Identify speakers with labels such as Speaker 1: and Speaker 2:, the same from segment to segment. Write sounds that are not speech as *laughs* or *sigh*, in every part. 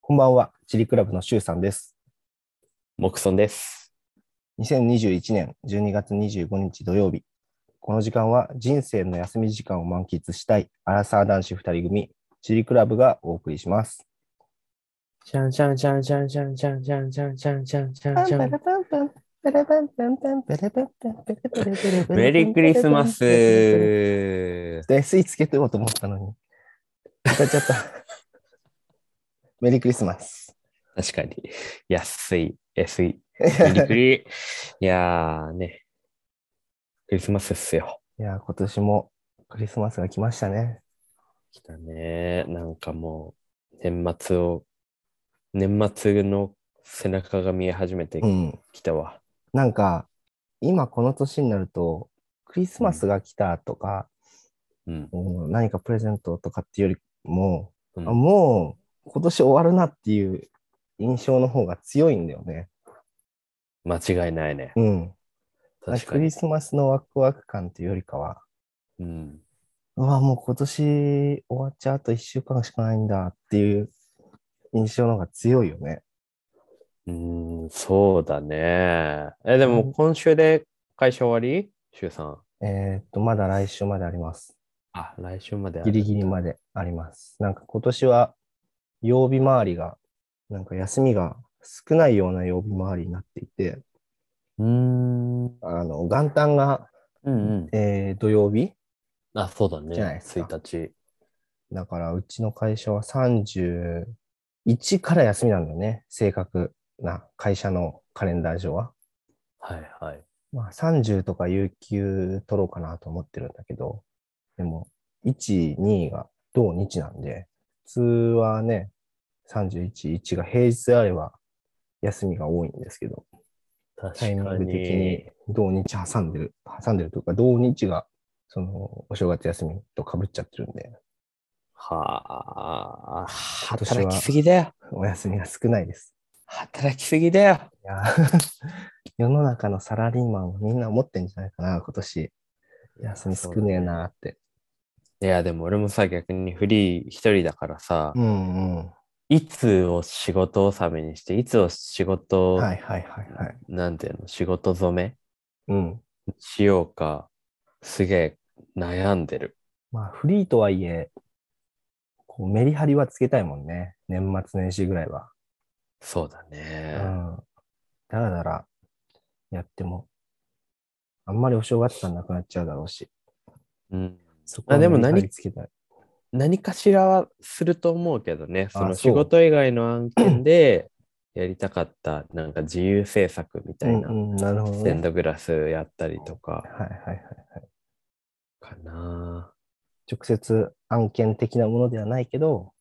Speaker 1: こんばんは、チリクラブのシュウさんです。
Speaker 2: 木村です。
Speaker 1: 2021年12月25日土曜日、この時間は人生の休み時間を満喫したいアラサー男子2人組、チリクラブがお送りします。
Speaker 2: シャンシャンシャンシャンシャンシャンシャンシャンシャンシャンシャ
Speaker 1: 嗯
Speaker 2: ンシャン。メ
Speaker 1: メ
Speaker 2: リークリスマス
Speaker 1: で、
Speaker 2: メ
Speaker 1: スイつけてようと思ったのに。歌っちゃった。メリークリスマス。
Speaker 2: 確かに。安い、安 *laughs* い。メリクリ。いやーね。クリスマスっすよ。
Speaker 1: いや、今年もクリスマスが来ましたね。
Speaker 2: 来たね。なんかもう、年末を、年末の背中が見え始めて
Speaker 1: うん。
Speaker 2: きたわ。
Speaker 1: なんか、今この年になると、クリスマスが来たとか、
Speaker 2: うん。
Speaker 1: うん何かプレゼントとかっていうよりも、
Speaker 2: うん
Speaker 1: あもう今年終わるなっていう印象の方が強いんだよね。
Speaker 2: 間違いないね。
Speaker 1: うん。
Speaker 2: 確か
Speaker 1: ク
Speaker 2: に
Speaker 1: リ。スマスのワクワク感というよりかは、
Speaker 2: うん。
Speaker 1: うわ、もう今年終わっちゃうあと1週間しかないんだっていう印象の方が強いよね。
Speaker 2: うーん、そうだね。え、で
Speaker 1: うん
Speaker 2: も今週で会社終わり週さん。
Speaker 1: えーっと、まだ来週まであります。
Speaker 2: あ、来週まである
Speaker 1: ギリギリまであります。なんか今年は曜日回りが、なんか休みが少ないような曜日回りになっていて、
Speaker 2: うーん。うん
Speaker 1: あの元旦が、
Speaker 2: うん。
Speaker 1: えー土曜日
Speaker 2: あ、そうだね。
Speaker 1: じゃないですか
Speaker 2: 1日。
Speaker 1: だからうちの会社は31から休みなんだよね、正確な会社のカレンダー上は。
Speaker 2: はいはい。
Speaker 1: まあ30とか有給取ろうかなと思ってるんだけど、でも、1、2が同日なんで、普通はね、31、1が平日であれば休みが多いんですけど、
Speaker 2: 確
Speaker 1: タイミン
Speaker 2: か
Speaker 1: グ的
Speaker 2: に
Speaker 1: に。同日挟んでる、挟んでるというか、同日がそのお正月休みと被っちゃってるんで、
Speaker 2: はあ、
Speaker 1: 今年は
Speaker 2: 働きすぎだよ。
Speaker 1: お休みが少ないです。
Speaker 2: 働きすぎだよ。
Speaker 1: いやー *laughs* 世の中のサラリーマンはみんな思ってんじゃないかな、今年。休み少ねえなーって。
Speaker 2: いや、でも俺もさ、逆にフリー一人だからさ、
Speaker 1: うんうん。
Speaker 2: いつを仕事納めにして、いつを仕事、
Speaker 1: はいはいはいはい。
Speaker 2: なんていうの、仕事染め
Speaker 1: うん。
Speaker 2: しようか、すげえ悩んでる。
Speaker 1: まあ、フリーとはいえ、こうメリハリはつけたいもんね。年末年始ぐらいは。
Speaker 2: そうだ
Speaker 1: う
Speaker 2: ね。
Speaker 1: ん。だらだらやっても、あんまりお正月感なくなっちゃうだろうし。
Speaker 2: うん
Speaker 1: そ
Speaker 2: あでも何
Speaker 1: メリハリつけたい。
Speaker 2: 何かしらはすると思うけどね、そ
Speaker 1: そう
Speaker 2: の仕事以外の案件でやりたかった、なんか自由制作みたいな、
Speaker 1: うんうん、なるほど、
Speaker 2: ステン
Speaker 1: ね。
Speaker 2: ドグラスやったりとか
Speaker 1: はいはいはい。
Speaker 2: かな。
Speaker 1: 直接案件的なものではないけど、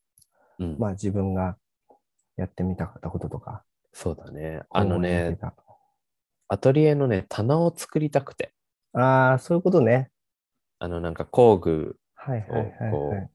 Speaker 2: うん、
Speaker 1: まあ自分がやってみたかったこととか。
Speaker 2: そうだね。あの
Speaker 1: 思い出
Speaker 2: ね、
Speaker 1: た。
Speaker 2: アトリエのね、棚を作りたくて、
Speaker 1: ああ、そういうことね。
Speaker 2: あのなんか工具、
Speaker 1: はいはいはい、
Speaker 2: こ
Speaker 1: はい。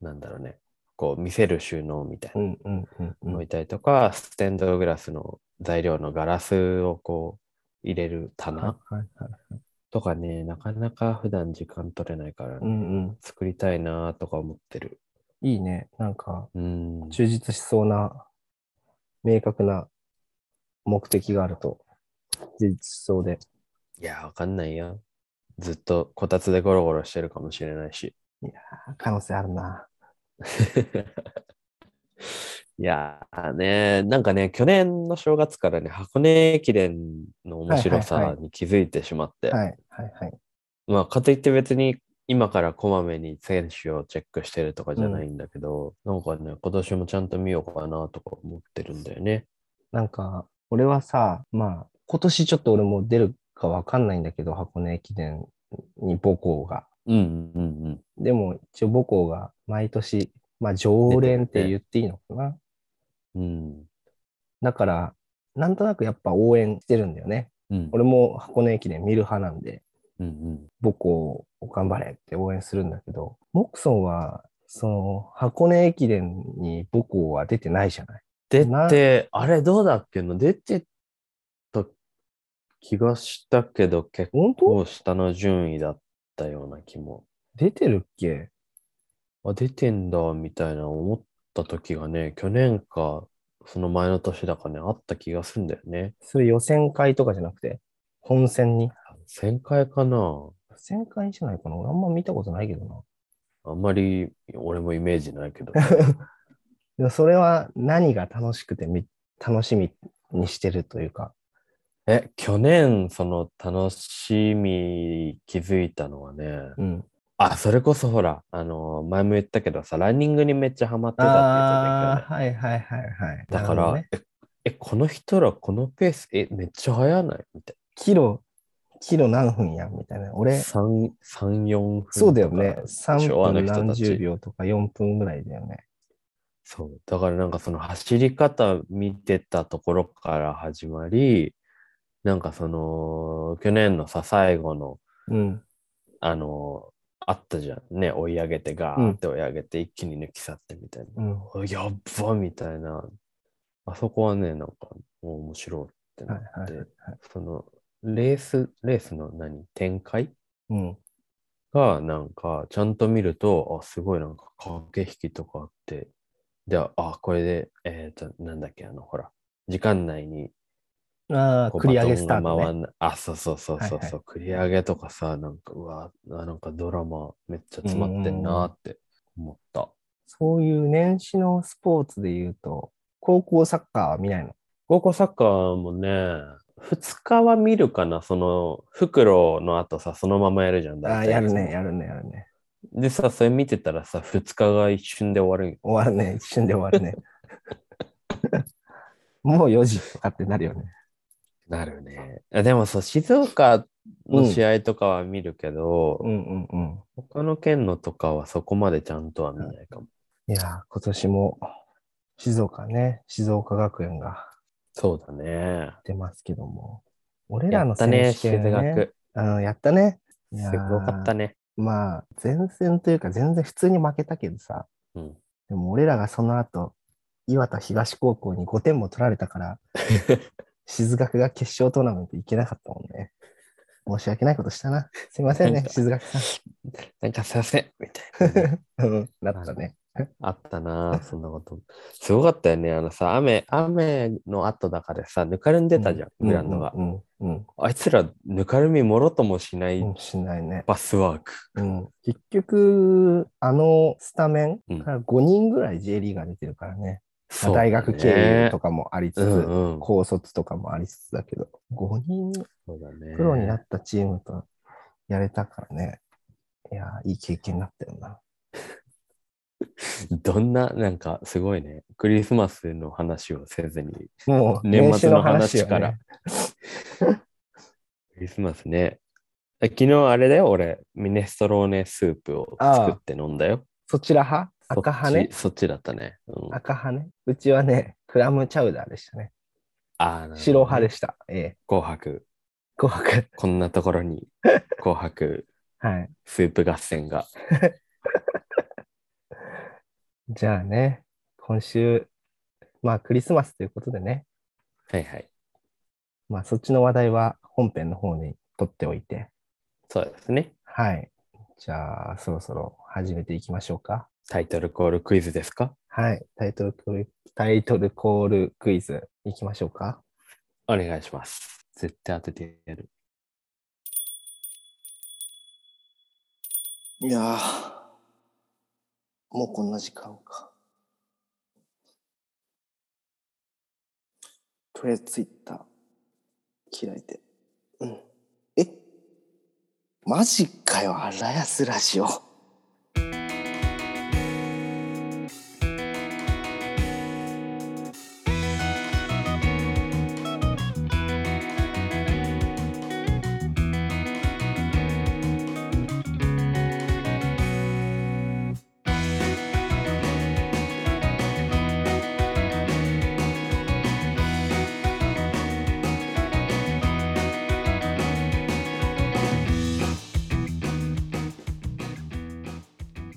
Speaker 2: なんだろうね、こう見せる収納みたいうなん
Speaker 1: うんうんう
Speaker 2: の
Speaker 1: ん。
Speaker 2: 置いたりとか、ステンドグラスの材料のガラスをこう入れる棚
Speaker 1: はいはいはい。
Speaker 2: とかね、なかなか普段時間取れないから、
Speaker 1: うんうん。
Speaker 2: 作りたいなとか思ってる。
Speaker 1: いいね。なんか、
Speaker 2: うん。
Speaker 1: 充実しそうな、明確な目的があると、充実しそうで。
Speaker 2: いや、わかんないよ。ずっとこたつでゴロゴロしてるかもしれないし。
Speaker 1: あ可能性あるな。
Speaker 2: いやーね、なんかね、去年の正月からね、箱根駅伝の面
Speaker 1: は
Speaker 2: 白
Speaker 1: いはい
Speaker 2: さ
Speaker 1: は
Speaker 2: に気づいてしまって、
Speaker 1: はい、はい、はい。
Speaker 2: まあ、かといって別に今からこまめに選手をチェックしてるとかじゃないんだけど、なんかね、今年もちゃんと見ようかなとか思ってるんだよね。
Speaker 1: なんか、俺はさ、まあ、今年ちょっと俺も出るかわかんないんだけど、箱根駅伝に母校が。
Speaker 2: うんうんうん。
Speaker 1: でも、一応母校が毎年、まあ、常連って言っていいのかな。
Speaker 2: うん
Speaker 1: だから、なんとなくやっぱ応援してるんだよね。
Speaker 2: うん。
Speaker 1: 俺も箱根駅伝見る派なんで。
Speaker 2: うんうん。
Speaker 1: 母校を頑張れって応援するんだけど、モクソンは、その、箱根駅伝に母校は出てないじゃない。
Speaker 2: 出
Speaker 1: な
Speaker 2: て、あれどうだっけの出てた気がしたけど、結
Speaker 1: 本当
Speaker 2: 構下の順位だったような気も。
Speaker 1: 出てるっけ
Speaker 2: あ、出てんだ、みたいな思ったった時がね、去年か、その前の年だかね、あった気がするんだよね。
Speaker 1: それ予選会とかじゃなくて、本戦に。
Speaker 2: 旋回かな
Speaker 1: 予選会じゃないかな俺あんま見たことないけどな。
Speaker 2: あんまり俺もイメージないけど。
Speaker 1: でもそれは何が楽しくてみ、楽しみにしてるというか。
Speaker 2: え、去年、その楽しみ気づいたのはね、
Speaker 1: うん。
Speaker 2: あ、それこそほら、あの、前も言ったけどさ、ランニングにめっちゃハマってたって言った
Speaker 1: あ
Speaker 2: じゃん去
Speaker 1: あ、はいはいはいはい。
Speaker 2: 年だ
Speaker 1: なる
Speaker 2: か
Speaker 1: ほ
Speaker 2: ら、
Speaker 1: どね
Speaker 2: え、えこの人らこのペース、え、めっちゃ速ないみたい
Speaker 1: キロ、キロ何分やみたいな。
Speaker 2: な。
Speaker 1: 俺、
Speaker 2: 3、3 4分
Speaker 1: そうだよね
Speaker 2: と。か
Speaker 1: 3
Speaker 2: 昭和の
Speaker 1: 分
Speaker 2: 人
Speaker 1: 何
Speaker 2: たち
Speaker 1: 十秒とか4分ぐらいだよね。
Speaker 2: そう。だからなんかその走り方見てたところから始まり、なんかその、去年のさ、最後の、
Speaker 1: うん。
Speaker 2: あの、あったじゃん。ね、追い上げて、ガーって追い上げて、一気に抜き去ってみたいな。
Speaker 1: うん。
Speaker 2: おやっばみたいな。あそこはね、なんか、面白いってなって、
Speaker 1: はいはい
Speaker 2: その、レース、レースの何展開
Speaker 1: うん。
Speaker 2: が、なんか、ちゃんと見ると、あ、すごい、なんか、駆け引きとかあって、で、あ、これで、えっ、と、なんだっけ、あの、ほら、時間内に、
Speaker 1: ああ、
Speaker 2: こう
Speaker 1: 繰り上げスター
Speaker 2: バトン
Speaker 1: ト、ね
Speaker 2: が回。んないあ、そうそうそうそうそう、
Speaker 1: はいは
Speaker 2: 繰り上げとかさ、なんか、うわ、あなんかドラマめっちゃ詰まってんなーって思った。
Speaker 1: そういう年始のスポーツで言うと、高校サッカーは見ないの。
Speaker 2: 高校サッカーもね、2日は見るかな、その、袋の後さ、そのままやるじゃん、
Speaker 1: ああ、
Speaker 2: 大体
Speaker 1: やるね、やるね、やるね。
Speaker 2: でさ、それ見てたらさ、2日が一瞬で終わるよ。
Speaker 1: 終わるね、一瞬で終わるね。 *laughs* もう4時とかってなるよね。
Speaker 2: なるね。あでもそう、静岡の試合とかは見るけど、
Speaker 1: うんうんうん。
Speaker 2: 他の県のとかはそこまでちゃんとは見ないかも。
Speaker 1: いやー、今年も静岡ね、静岡学園が
Speaker 2: そうだね。
Speaker 1: 出ますけども。俺ら
Speaker 2: や
Speaker 1: の
Speaker 2: ったね、
Speaker 1: 選手権、
Speaker 2: 静
Speaker 1: ね、
Speaker 2: 学。
Speaker 1: うん、やったね。い
Speaker 2: す
Speaker 1: やー
Speaker 2: ごかったね。
Speaker 1: まあ、前線というか、全然普通に負けたけどさ、
Speaker 2: うん。
Speaker 1: でも俺らがその後、岩田東高校に5点も取られた
Speaker 2: *laughs*
Speaker 1: から、静学が決勝トーナメント行けなかったもんね。申し訳ないことしたな。すいません
Speaker 2: な
Speaker 1: ね、
Speaker 2: んか
Speaker 1: 静学
Speaker 2: *laughs*
Speaker 1: さん。
Speaker 2: なんかすいません、みたいなね。
Speaker 1: うんなったね。
Speaker 2: あったな *laughs* あそんなこと。すごかったよね。あのさ、雨、雨の後だからさ、ぬかるんでたじゃん、グラウンドが。
Speaker 1: うんうんうん
Speaker 2: あいつら、ぬかるみもろともしな
Speaker 1: う
Speaker 2: い
Speaker 1: んうんしないね。
Speaker 2: パスワーク。
Speaker 1: うん結局、あのスタメ
Speaker 2: う
Speaker 1: ン
Speaker 2: ん
Speaker 1: から5人ぐらい J リーが出てるからね。まあ
Speaker 2: そうだね
Speaker 1: 大学経由とかもありつ
Speaker 2: うん
Speaker 1: つ、
Speaker 2: うん。
Speaker 1: 高卒とかもありつつだけど、5人
Speaker 2: そうだね。
Speaker 1: プロになったチームとやれたからね。いやー、いい経験になったよな。
Speaker 2: どんな、なんかすごいね。クリスマスの話をせずに、
Speaker 1: もう
Speaker 2: 年末の
Speaker 1: 年始
Speaker 2: 話
Speaker 1: よね
Speaker 2: から。クリスマスね。え昨日あれだよ、俺、ミネストローネスープを作って飲んだよ。
Speaker 1: そちら派赤
Speaker 2: そっ
Speaker 1: 派
Speaker 2: ち
Speaker 1: ね。
Speaker 2: そっちだったね。うん、
Speaker 1: 赤派ね。うちはね、クラムチャウダーでしたね。
Speaker 2: あー
Speaker 1: 白派。
Speaker 2: なるほど
Speaker 1: で
Speaker 2: ね
Speaker 1: した。ええ。
Speaker 2: 紅白。
Speaker 1: 紅白。
Speaker 2: こんなところ
Speaker 1: *laughs*
Speaker 2: に紅白
Speaker 1: はい。
Speaker 2: スープ合戦が。
Speaker 1: じゃあね、今週、まあクリスマスということでね、
Speaker 2: はいはい。
Speaker 1: まあそっちの話題は本編の方に取っておいて、
Speaker 2: そうですね。
Speaker 1: はい。じゃあそろそろ始めていきましょうか。
Speaker 2: タイトルコールクイズですか
Speaker 1: はい。タイトルコール、タイトルコールクイズいきましょうか。
Speaker 2: お願いします。絶対当ててやる。
Speaker 1: いやもうこんな時間か。とりあえずツイッター開いて。うん。えマジかよ、アラヤスラジオ。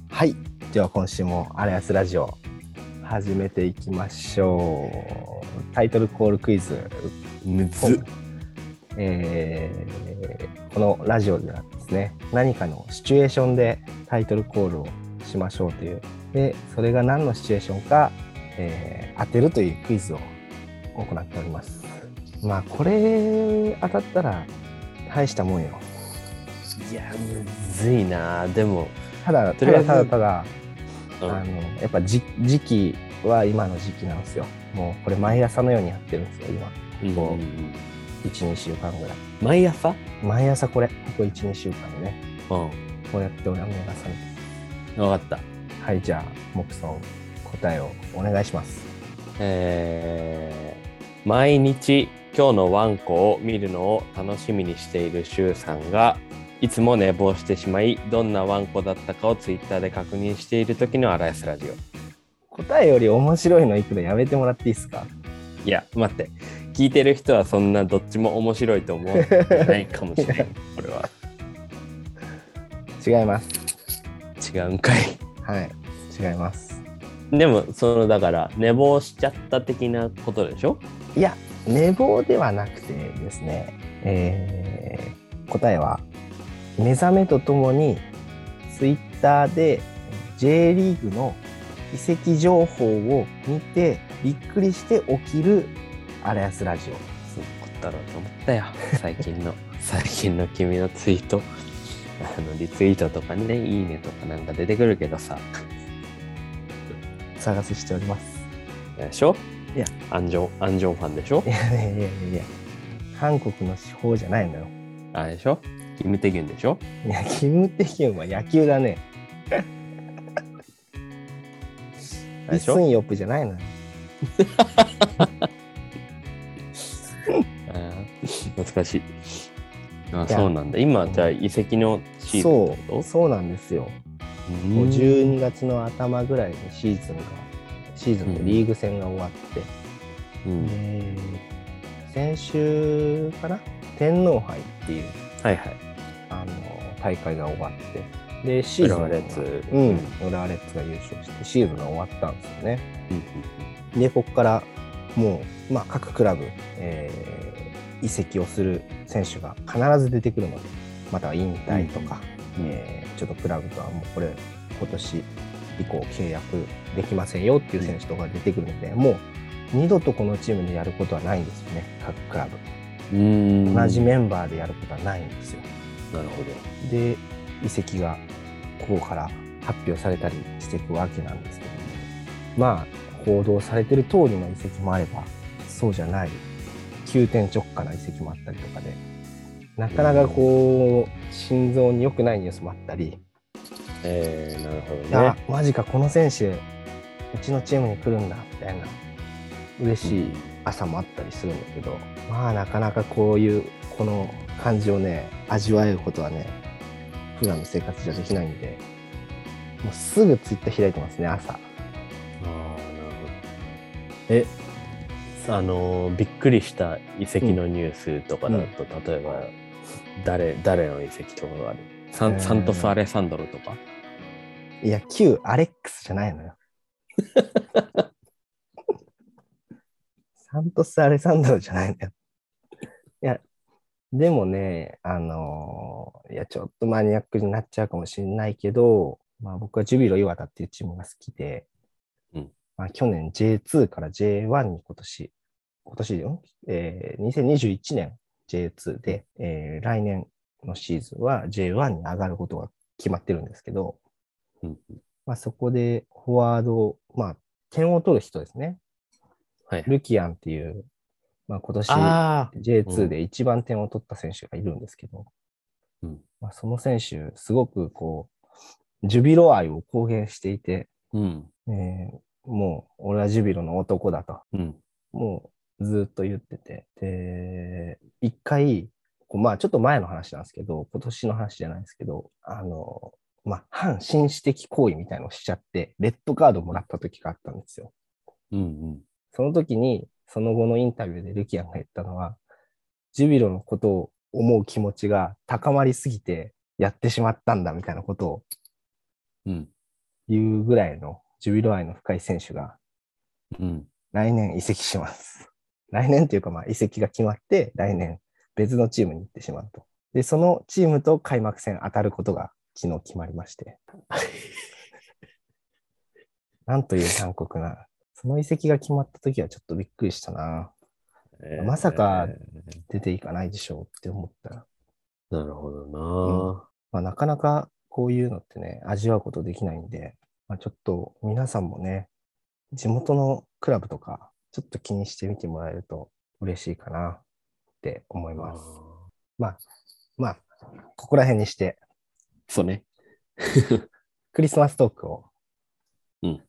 Speaker 1: はい。では今週もアラヤスラジオ始めていきましょう。タイトルコールクイズ。
Speaker 2: むずっ。
Speaker 1: えーこのラジオではですね何かのシチュエーションでタイトルコールをしましょうというで、それが何のシチュエーションか、えー当てるというクイズを行っております。まあ、これ当たったら大したもんよ。
Speaker 2: いや、むずいな。でも、
Speaker 1: ただ、
Speaker 2: と
Speaker 1: た
Speaker 2: りあえ
Speaker 1: だ
Speaker 2: ず
Speaker 1: ただただ、
Speaker 2: うん
Speaker 1: あのやっぱ時時期は今の時期なんですよ。もうこれ毎朝のようにやってるんですよ、今。
Speaker 2: うんうんうん
Speaker 1: 1、2週間ぐらい。
Speaker 2: 毎朝
Speaker 1: 毎朝これ、ここ1、2週間でね、
Speaker 2: うん。
Speaker 1: こうやって俺は目が覚めて。
Speaker 2: わかった。
Speaker 1: はい、じゃあ、モックさん、答えをお願いします。
Speaker 2: えー毎日今日のワンコを見るのを楽しみにしているシュウさんがいつも寝坊してしまいどんなワンコだったかをツイッターで確認している時のアライスラジオ
Speaker 1: 答えより面白いのいくのやめてもらっていいですか
Speaker 2: いや待って聞いてる人はそんなどっちも面白いと思わないかもしれないこれは
Speaker 1: 違います。
Speaker 2: 違うんかい
Speaker 1: はい、違います。
Speaker 2: でもそのだから寝坊しちゃった的なことでしょ
Speaker 1: いや、寝坊ではなくてですね、えー答えは、目覚めとともに、ツイッターで J リーグの移籍情報を見て、びっくりして起きるアレアスラジオ。
Speaker 2: そうだろうと思った
Speaker 1: *laughs*
Speaker 2: よ最近の最近の君のツイート *laughs* あのリツイートとかねいいねとかなんか出てくるけどさ
Speaker 1: お探ししております。 *laughs*
Speaker 2: でしょ
Speaker 1: いや
Speaker 2: 安城安城ファンでしょ
Speaker 1: いやいやいやいや韓国の司法じゃないのよ。
Speaker 2: あれでしょキム・テギュンでしょ
Speaker 1: いや、キム・テヒュンは野球だね。
Speaker 2: *laughs* あれ
Speaker 1: イ
Speaker 2: でし
Speaker 1: ス
Speaker 2: ょ
Speaker 1: ンヨップじゃないのよ。
Speaker 2: あー *laughs* 懐かしいあ
Speaker 1: いや
Speaker 2: そうなんだ今じゃあ遺跡のシーズン
Speaker 1: そ
Speaker 2: ってこと
Speaker 1: う、そうなんですよ。
Speaker 2: うん
Speaker 1: もう12月の頭ぐらいにシーズンが、シーズンでリーグ戦が終わって、
Speaker 2: うん
Speaker 1: で先週かな天皇杯っていう
Speaker 2: はいはい
Speaker 1: あの大会が終わって、で、シーズンが
Speaker 2: 浦和レッズ
Speaker 1: うん、浦和レッズが優勝して、シーズンが終わったんですよね。で、ここからもう、まあ、各クラブ、えー移籍をする選手が必ず出てくるので、または引退とか、
Speaker 2: うんうん
Speaker 1: えーちょっとクラブとはもうこれ、今年以降契約できませんよっていう選手とか出てくるので、もう二度とこのチームでやることはないんですよね、各クラブ。
Speaker 2: うんうんうん
Speaker 1: 同じメンバーでやることはないんですよ。
Speaker 2: なるほど
Speaker 1: で、移籍がここから発表されたりしていくわけなんですけども、まあ、報道されてる通りの移籍もあれば、そうじゃない、急転直下な移籍もあったりとかで、なかなかこう、心臓に良くないニュースもあったり、
Speaker 2: えー、なるほどね
Speaker 1: あマジか、この選手、うちのチームに来るんだ、みたいな、嬉しい朝もあったりするんだけど、まあなかなかこういうこの感じをね味わえることはね普段の生活じゃできないんでもうすぐツイッター開いてますね朝
Speaker 2: あーなるほどえあのーびっくりした遺跡のニュースとかだと、例えば誰誰の遺跡とかがあるサン,、
Speaker 1: えー
Speaker 2: サントス・アレサンドロとか
Speaker 1: いや旧アレックスじゃないのよサントス・アレサンドロじゃないのよいやでもねあのーいやちょっとマニアックになっちゃうかもしれないけど、まあ、僕はジュビロ磐田っていうチームが好きで、
Speaker 2: うん
Speaker 1: まあ、去年 J2 から J1 に今年今年よ、えー、2021年 J2 で、えー来年のシーズンは J1 に上がることが決まってるんですけど、
Speaker 2: うん
Speaker 1: まあ、そこでフォワード、まあ、点を取る人ですね。
Speaker 2: はい
Speaker 1: ルキアンっていう、まあ、今年
Speaker 2: あ
Speaker 1: J2 で一番点を取った選手がいるんですけど、
Speaker 2: うん
Speaker 1: まあ、その選手、すごくこう、ジュビロ愛を公言していて、
Speaker 2: うん
Speaker 1: えーもう俺はジュビロの男だと、
Speaker 2: うん
Speaker 1: もうずっと言ってて、で、一回、こうまあちょっと前の話なんですけど、今年の話じゃないですけど、あの、まあ、反紳士的行為みたいのをしちゃって、レッドカードもらった時があったんですよ。
Speaker 2: うん
Speaker 1: その時に、その後のインタビューでルキアンが言ったのは、ジュビロのことを思う気持ちが高まりすぎてやってしまったんだみたいなことを
Speaker 2: うん
Speaker 1: 言うぐらいのジュビロ愛の深い選手が
Speaker 2: うん
Speaker 1: 来年移籍します。来年というか、まあ、移籍が決まって、来年別のチームに行ってしまうと。で、そのチームと開幕戦当たることが昨日決まりまして。なんという残酷な。その移籍が決まった時はちょっとびっくりしたな。
Speaker 2: えー
Speaker 1: まさか出ていかないでしょうって思ったら。
Speaker 2: なるほど
Speaker 1: まあ、なかなかこういうのってね、味わうことできないんで、まあ、ちょっと皆さんもね、地元のクラブとか、ちょっと気にしてみてもらえると嬉しいかなって思い
Speaker 2: な
Speaker 1: ます。まあ、ここら辺にして、
Speaker 2: そうね。
Speaker 1: クリスマストークを、
Speaker 2: うん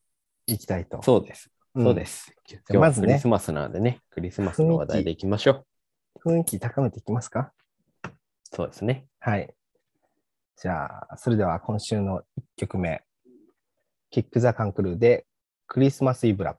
Speaker 1: 行きたいと。
Speaker 2: そうです。
Speaker 1: ん
Speaker 2: そうです。今日
Speaker 1: ゃあま
Speaker 2: は
Speaker 1: ず
Speaker 2: ク
Speaker 1: ね
Speaker 2: リスマスなんでね、クリスマスの話題でいきましょう。
Speaker 1: 雰囲気高めていきますか
Speaker 2: そうですね。
Speaker 1: はい。じゃあ、それでは今週の1曲目。キック・ザ・カンクルーでクリスマス・イブラップ。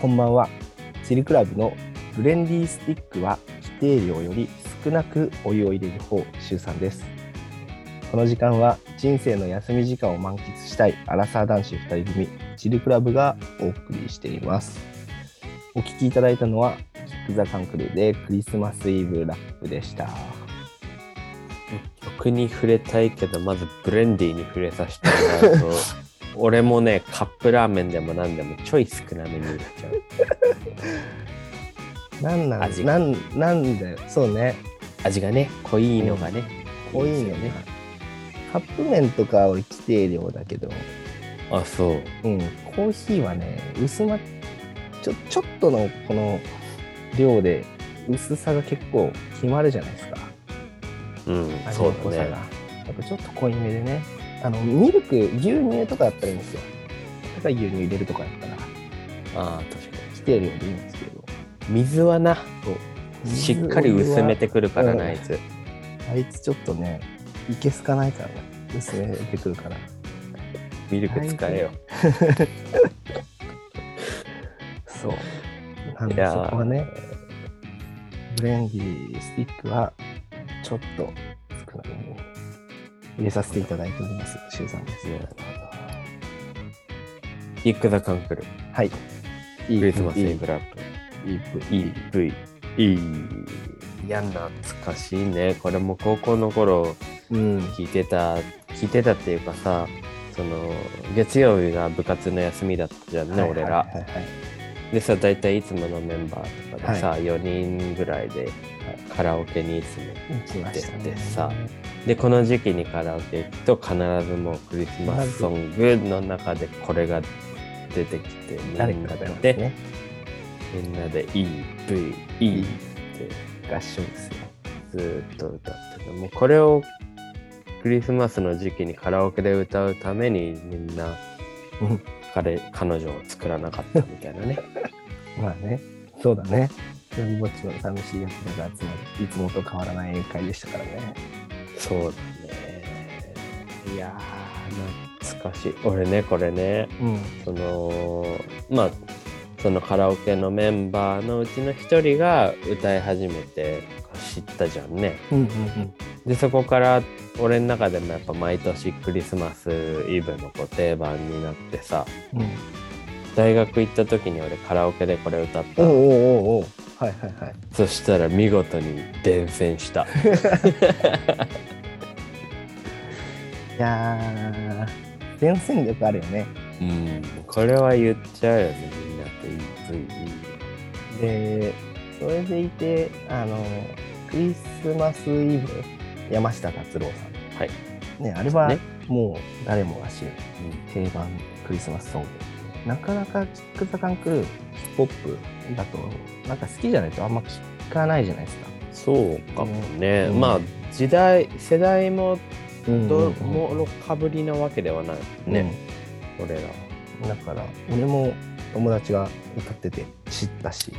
Speaker 1: こんばんは。チリクラブのブレンディースティックは規定量より少なくお湯を入れる方、シュウさんです。この時間は人生の休み時間を満喫したいアラサー男子2人組、チルクラブがお送りしています。お聞きいただいたのは、キック・ザ・カンクルーでクリスマス・イブラップでした。
Speaker 2: 曲に触れたいけど、まずブレンディーに触れさせてもらうと、
Speaker 1: *laughs*
Speaker 2: 俺もね、カップラーメンでも何でもちょい少なめに入れちゃう。
Speaker 1: なんなん
Speaker 2: 味
Speaker 1: な
Speaker 2: が
Speaker 1: んなんだよ。そうね。
Speaker 2: 味がね、濃いのがね。
Speaker 1: 多い
Speaker 2: です
Speaker 1: よね。カップ麺とかは規定量だけど、
Speaker 2: あ、そう。
Speaker 1: うん、コーヒーはね薄まちょちょっとのこの量で薄さが結構決まるじゃないですか
Speaker 2: うん、
Speaker 1: 味
Speaker 2: そ
Speaker 1: の
Speaker 2: う
Speaker 1: 濃さが、
Speaker 2: だね。
Speaker 1: やっぱちょっと濃いめでねあのミルク牛乳とかだったらいいんですよだから牛乳入れるとかだったら
Speaker 2: ああ、確か
Speaker 1: 規定量でいいんですけど
Speaker 2: に。水はな、し
Speaker 1: 水
Speaker 2: っかり薄め
Speaker 1: お
Speaker 2: てくるから
Speaker 1: うん
Speaker 2: な、あいつ。
Speaker 1: 湯はあいつちょっとねいけすかないからね薄めてくるから
Speaker 2: ミルク使えよ。
Speaker 1: そうなん
Speaker 2: い
Speaker 1: で
Speaker 2: や
Speaker 1: そ
Speaker 2: ー
Speaker 1: こはねブレンディスティックはちょっと少なめに入れさせていただいております、シュウさんです。
Speaker 2: なるほど。イックザカンクル、
Speaker 1: はい。いい
Speaker 2: クリスマス
Speaker 1: いい
Speaker 2: イブラップ、
Speaker 1: いいいい
Speaker 2: EP。いいや、懐かしいね。これも高校の頃
Speaker 1: うん。
Speaker 2: 聞いてた、聞いてたっていうかさ、その、月曜日が部活の休みだったじゃんね、俺
Speaker 1: は
Speaker 2: ら。
Speaker 1: いはいはいはい
Speaker 2: でさ、大体いつものメンバーとかでさ、4人ぐらいでカラオケにいつも
Speaker 1: 行きましたね
Speaker 2: でさでこの時期にカラオケ行くと必ずもうクリスマスソングの中でこれが出てきてみんな
Speaker 1: 誰
Speaker 2: で、
Speaker 1: かだよね。
Speaker 2: みんなで EVE って
Speaker 1: 合唱ですよ。
Speaker 2: ずーっと歌ってたもうこれをクリスマスの時期にカラオケで歌うためにみんな
Speaker 1: うん
Speaker 2: 彼彼女を作らなかったみたいなね
Speaker 1: まあね、そうだね。ジョンぼっちの寂しい奴らが集まる、いつもと変わらない宴会でしたからね。
Speaker 2: そうだねいやー懐かしい俺ねこれね
Speaker 1: うん。
Speaker 2: そのまあそのカラオケのメンバーのうちの一人が歌い始めて知ったじゃんね
Speaker 1: うんうんうん。
Speaker 2: でそこから俺の中でもやっぱ毎年クリスマスイブのこう定番になってさ
Speaker 1: うん
Speaker 2: 大学行った時に俺カラオケでこれ歌った、
Speaker 1: おうおうおうおうはいはいはい。
Speaker 2: そしたら見事に伝染した
Speaker 1: *laughs* いやー、伝染力あるよね。
Speaker 2: うんこれは言っちゃうよねみんなっていいいいいい
Speaker 1: で、それでいて、あの、クリスマスイブ、山下達郎さん。
Speaker 2: はい。
Speaker 1: ね、あれは
Speaker 2: ね
Speaker 1: もう誰もが知る定番クリスマスソング。なかなかキック・ザ・カンクルー、ヒップホップだと、なんか好きじゃないとあんま聞かないじゃないですか。
Speaker 2: そうかもね、
Speaker 1: うん
Speaker 2: まあ時代世代も
Speaker 1: うん
Speaker 2: どもろかぶりなわけではないね、
Speaker 1: ね。
Speaker 2: 俺ら、
Speaker 1: だから、俺も友達が歌ってて知ったし、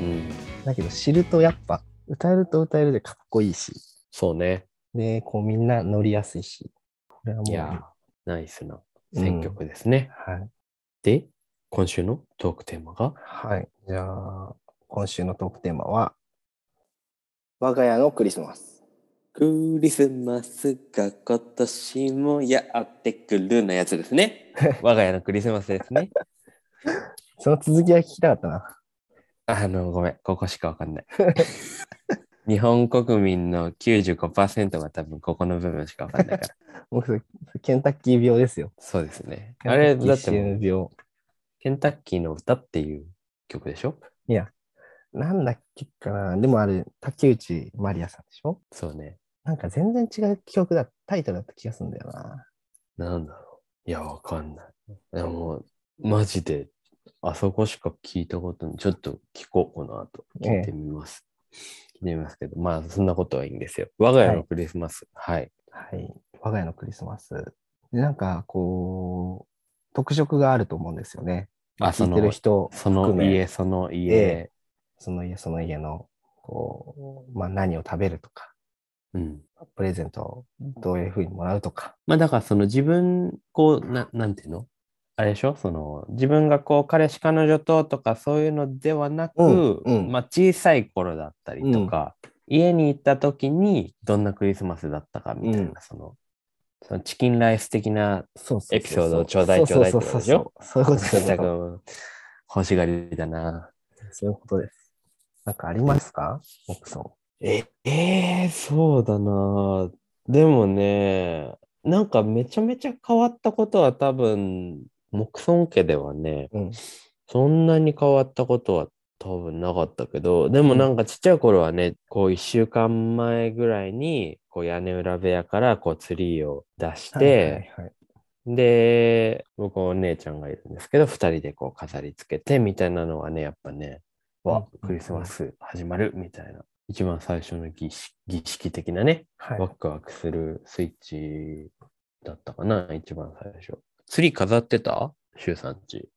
Speaker 2: うん、
Speaker 1: だけど知るとやっぱ、歌えると歌えるでかっこいいし、
Speaker 2: そうね
Speaker 1: で、こうみんな乗りやすいし、これはも、
Speaker 2: いうやーナイスな選曲ですね、
Speaker 1: はい。
Speaker 2: で、今週のトークテーマが、
Speaker 1: はい。じゃあ、今週のトークテーマは、我が家のクリスマス。
Speaker 2: クリスマスが今年もやってくるのやつですね。 *laughs* 我が家のクリスマスですね。
Speaker 1: その続きは聞きたかったな。
Speaker 2: あの、ごめん、ここしかわか *laughs* んない。日本国民の95%が多分ここの部分しかわかんないから。
Speaker 1: 僕、それケンタッキー病ですよ。
Speaker 2: そうですね。あれ、だってもう
Speaker 1: CM 病。
Speaker 2: ケンタッキーの歌っていう曲でしょ
Speaker 1: いや、なんだっけかな。でもあれ、竹内まりやさんでしょ
Speaker 2: そうね。
Speaker 1: なんか全然違う曲だ、タイトルだった気がするんだよな。
Speaker 2: なんだろう。いや、わかんない。でも、マジで、あそこしか聞いたことない。ちょっと聞こう、この後。
Speaker 1: ええ
Speaker 2: 聞いてみます。聞いてみますけど、まあ、そんなことはいいんですよ。我が家のクリスマス。はい。
Speaker 1: はい。我が家のクリスマス。でなんか、こう、特色があると思うんですよね。
Speaker 2: あ、そ
Speaker 1: 聞いてる
Speaker 2: の、
Speaker 1: 人、
Speaker 2: その
Speaker 1: 含め
Speaker 2: 家、その家。
Speaker 1: えその家、その家の、こう、まあ何を食べるとか、
Speaker 2: うん。
Speaker 1: プレゼントをどういうふうにもらうとか。
Speaker 2: まあ、だからその自分、こう、ななんていうのあれでしょその自分がこう彼氏彼女ととかそういうのではなく、
Speaker 1: うんうん
Speaker 2: まあ、小さい頃だったりとか、家に行った時にどんなクリスマスだったかみたいな、
Speaker 1: うん
Speaker 2: そのそのチキンライス的な
Speaker 1: そうそうそうそう
Speaker 2: エピソードをちょうだいちょうだいっ
Speaker 1: そ
Speaker 2: てこ
Speaker 1: そ
Speaker 2: と
Speaker 1: う
Speaker 2: でしょ
Speaker 1: そうそう。そういうこ
Speaker 2: *laughs*
Speaker 1: とです。
Speaker 2: 選択欲しがりだな。
Speaker 1: そういうことです。なんかありますか奥さん。
Speaker 2: え、えーそうだな。でもね、なんかめちゃめちゃ変わったことは多分、木村家ではね、
Speaker 1: うん。
Speaker 2: そんなに変わったことは多分なかったけど、でもなんかちっちゃい頃はね、こう一週間前ぐらいに、こう屋根裏部屋からこうツリーを出して、
Speaker 1: はいはい
Speaker 2: で、僕お姉ちゃんがいるんですけど、二人でこう飾り付けてみたいなのはね、やっぱね、わ、
Speaker 1: うん
Speaker 2: クリスマス始まるみたいな、一番最初の儀式儀式的なね、
Speaker 1: はい。は
Speaker 2: ワ
Speaker 1: い、
Speaker 2: クワクするスイッチだったかな、一番最初。ツリー飾ってたシュウさんち。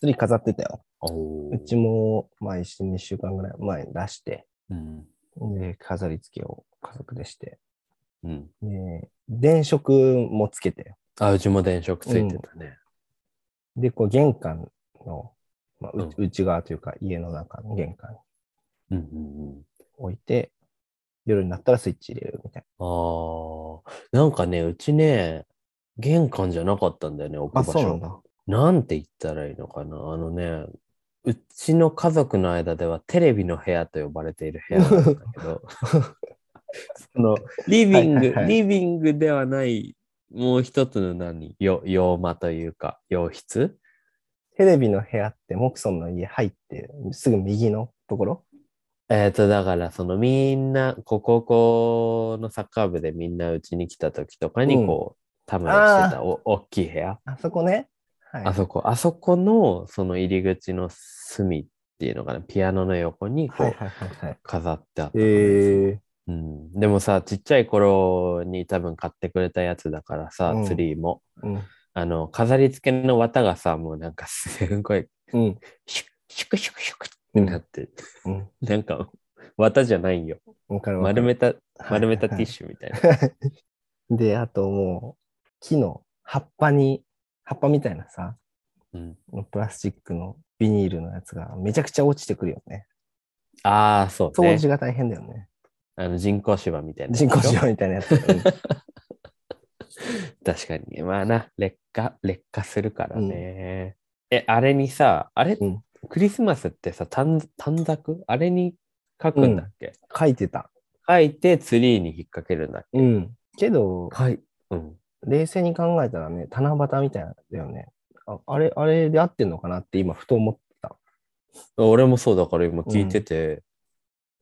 Speaker 1: ツリー飾ってたよ。
Speaker 2: お
Speaker 1: うち
Speaker 2: も。
Speaker 1: も、まあ、1、2週間ぐらい前に出して、
Speaker 2: うん。
Speaker 1: で、飾り付けを家族でして、
Speaker 2: うん。
Speaker 1: で、電飾もつけて、
Speaker 2: あ、うちも電飾ついてたね。
Speaker 1: で、こう、玄関の、まあ、う
Speaker 2: うん
Speaker 1: 内側というか、家の中の玄関に
Speaker 2: うんうんうん。
Speaker 1: 置いて、夜になったらスイッチ入れるみたい
Speaker 2: あーなんかね、うちね、玄関じゃなかったんだよね、置く
Speaker 1: な。
Speaker 2: 場所が。。なんて言ったらいいのかな。あのね、うちの家族の間ではテレビの部屋と呼ばれている部屋なんだけ *laughs* ど、そのリビング、
Speaker 1: はいはいはい
Speaker 2: リビングではない、もう一つの何、よ洋間というか、洋室
Speaker 1: テレビの部屋って、モクソンの家入って、すぐ右のところ
Speaker 2: えっと、だから、そのみんな、こう高校のサッカー部でみんなうちに来た時とか
Speaker 1: う
Speaker 2: に、
Speaker 1: ん
Speaker 2: こう、たむろしてたお大きい部屋。
Speaker 1: あそこね。はい。
Speaker 2: あそこ、あそこの、その入り口の隅っていうのかな、ピアノの横にこ
Speaker 1: はいは
Speaker 2: う
Speaker 1: いはいはい。
Speaker 2: 飾ってあったか
Speaker 1: え
Speaker 2: ら
Speaker 1: ー、
Speaker 2: うん。でもさ、ちっちゃい頃に多分買ってくれたやつだからさ
Speaker 1: う、ん
Speaker 2: ツリーも。
Speaker 1: うん。
Speaker 2: あの、飾り付けの綿がさ、もうなんか *laughs* すごい、
Speaker 1: うん。
Speaker 2: シュッシュクシュクシュクっ
Speaker 1: う
Speaker 2: て
Speaker 1: ん
Speaker 2: なって、
Speaker 1: うん。
Speaker 2: なんか、綿じゃないよ。
Speaker 1: わかるわか
Speaker 2: 丸
Speaker 1: る。
Speaker 2: めた、
Speaker 1: はい
Speaker 2: 丸めたティッシュみたいな。
Speaker 1: で、あともう、木の葉っぱに、葉っぱみたいなさ、
Speaker 2: うん
Speaker 1: プラスチックのビニールのやつがめちゃくちゃ落ちてくるよね。
Speaker 2: ああ、そう
Speaker 1: 掃
Speaker 2: ね。
Speaker 1: 除が大変だよね。
Speaker 2: あの人工芝みたいな。
Speaker 1: 人工芝みたいなや
Speaker 2: *laughs*
Speaker 1: つ。
Speaker 2: 確かに。まあな、劣化、劣化するからね。え、あれにさ、あれ、
Speaker 1: うん
Speaker 2: クリスマスってさ、短短冊あれに書くんだっけ、
Speaker 1: 書いてた。
Speaker 2: 書いてツリーに引っ掛けるんだっ
Speaker 1: うん。けど
Speaker 2: け、はい。うん。
Speaker 1: 冷静に考えたらね、七夕みたいなんだよね。ああれ、あれで合ってんのかなって今、ふと思った。
Speaker 2: 俺もそうだから今聞いてて、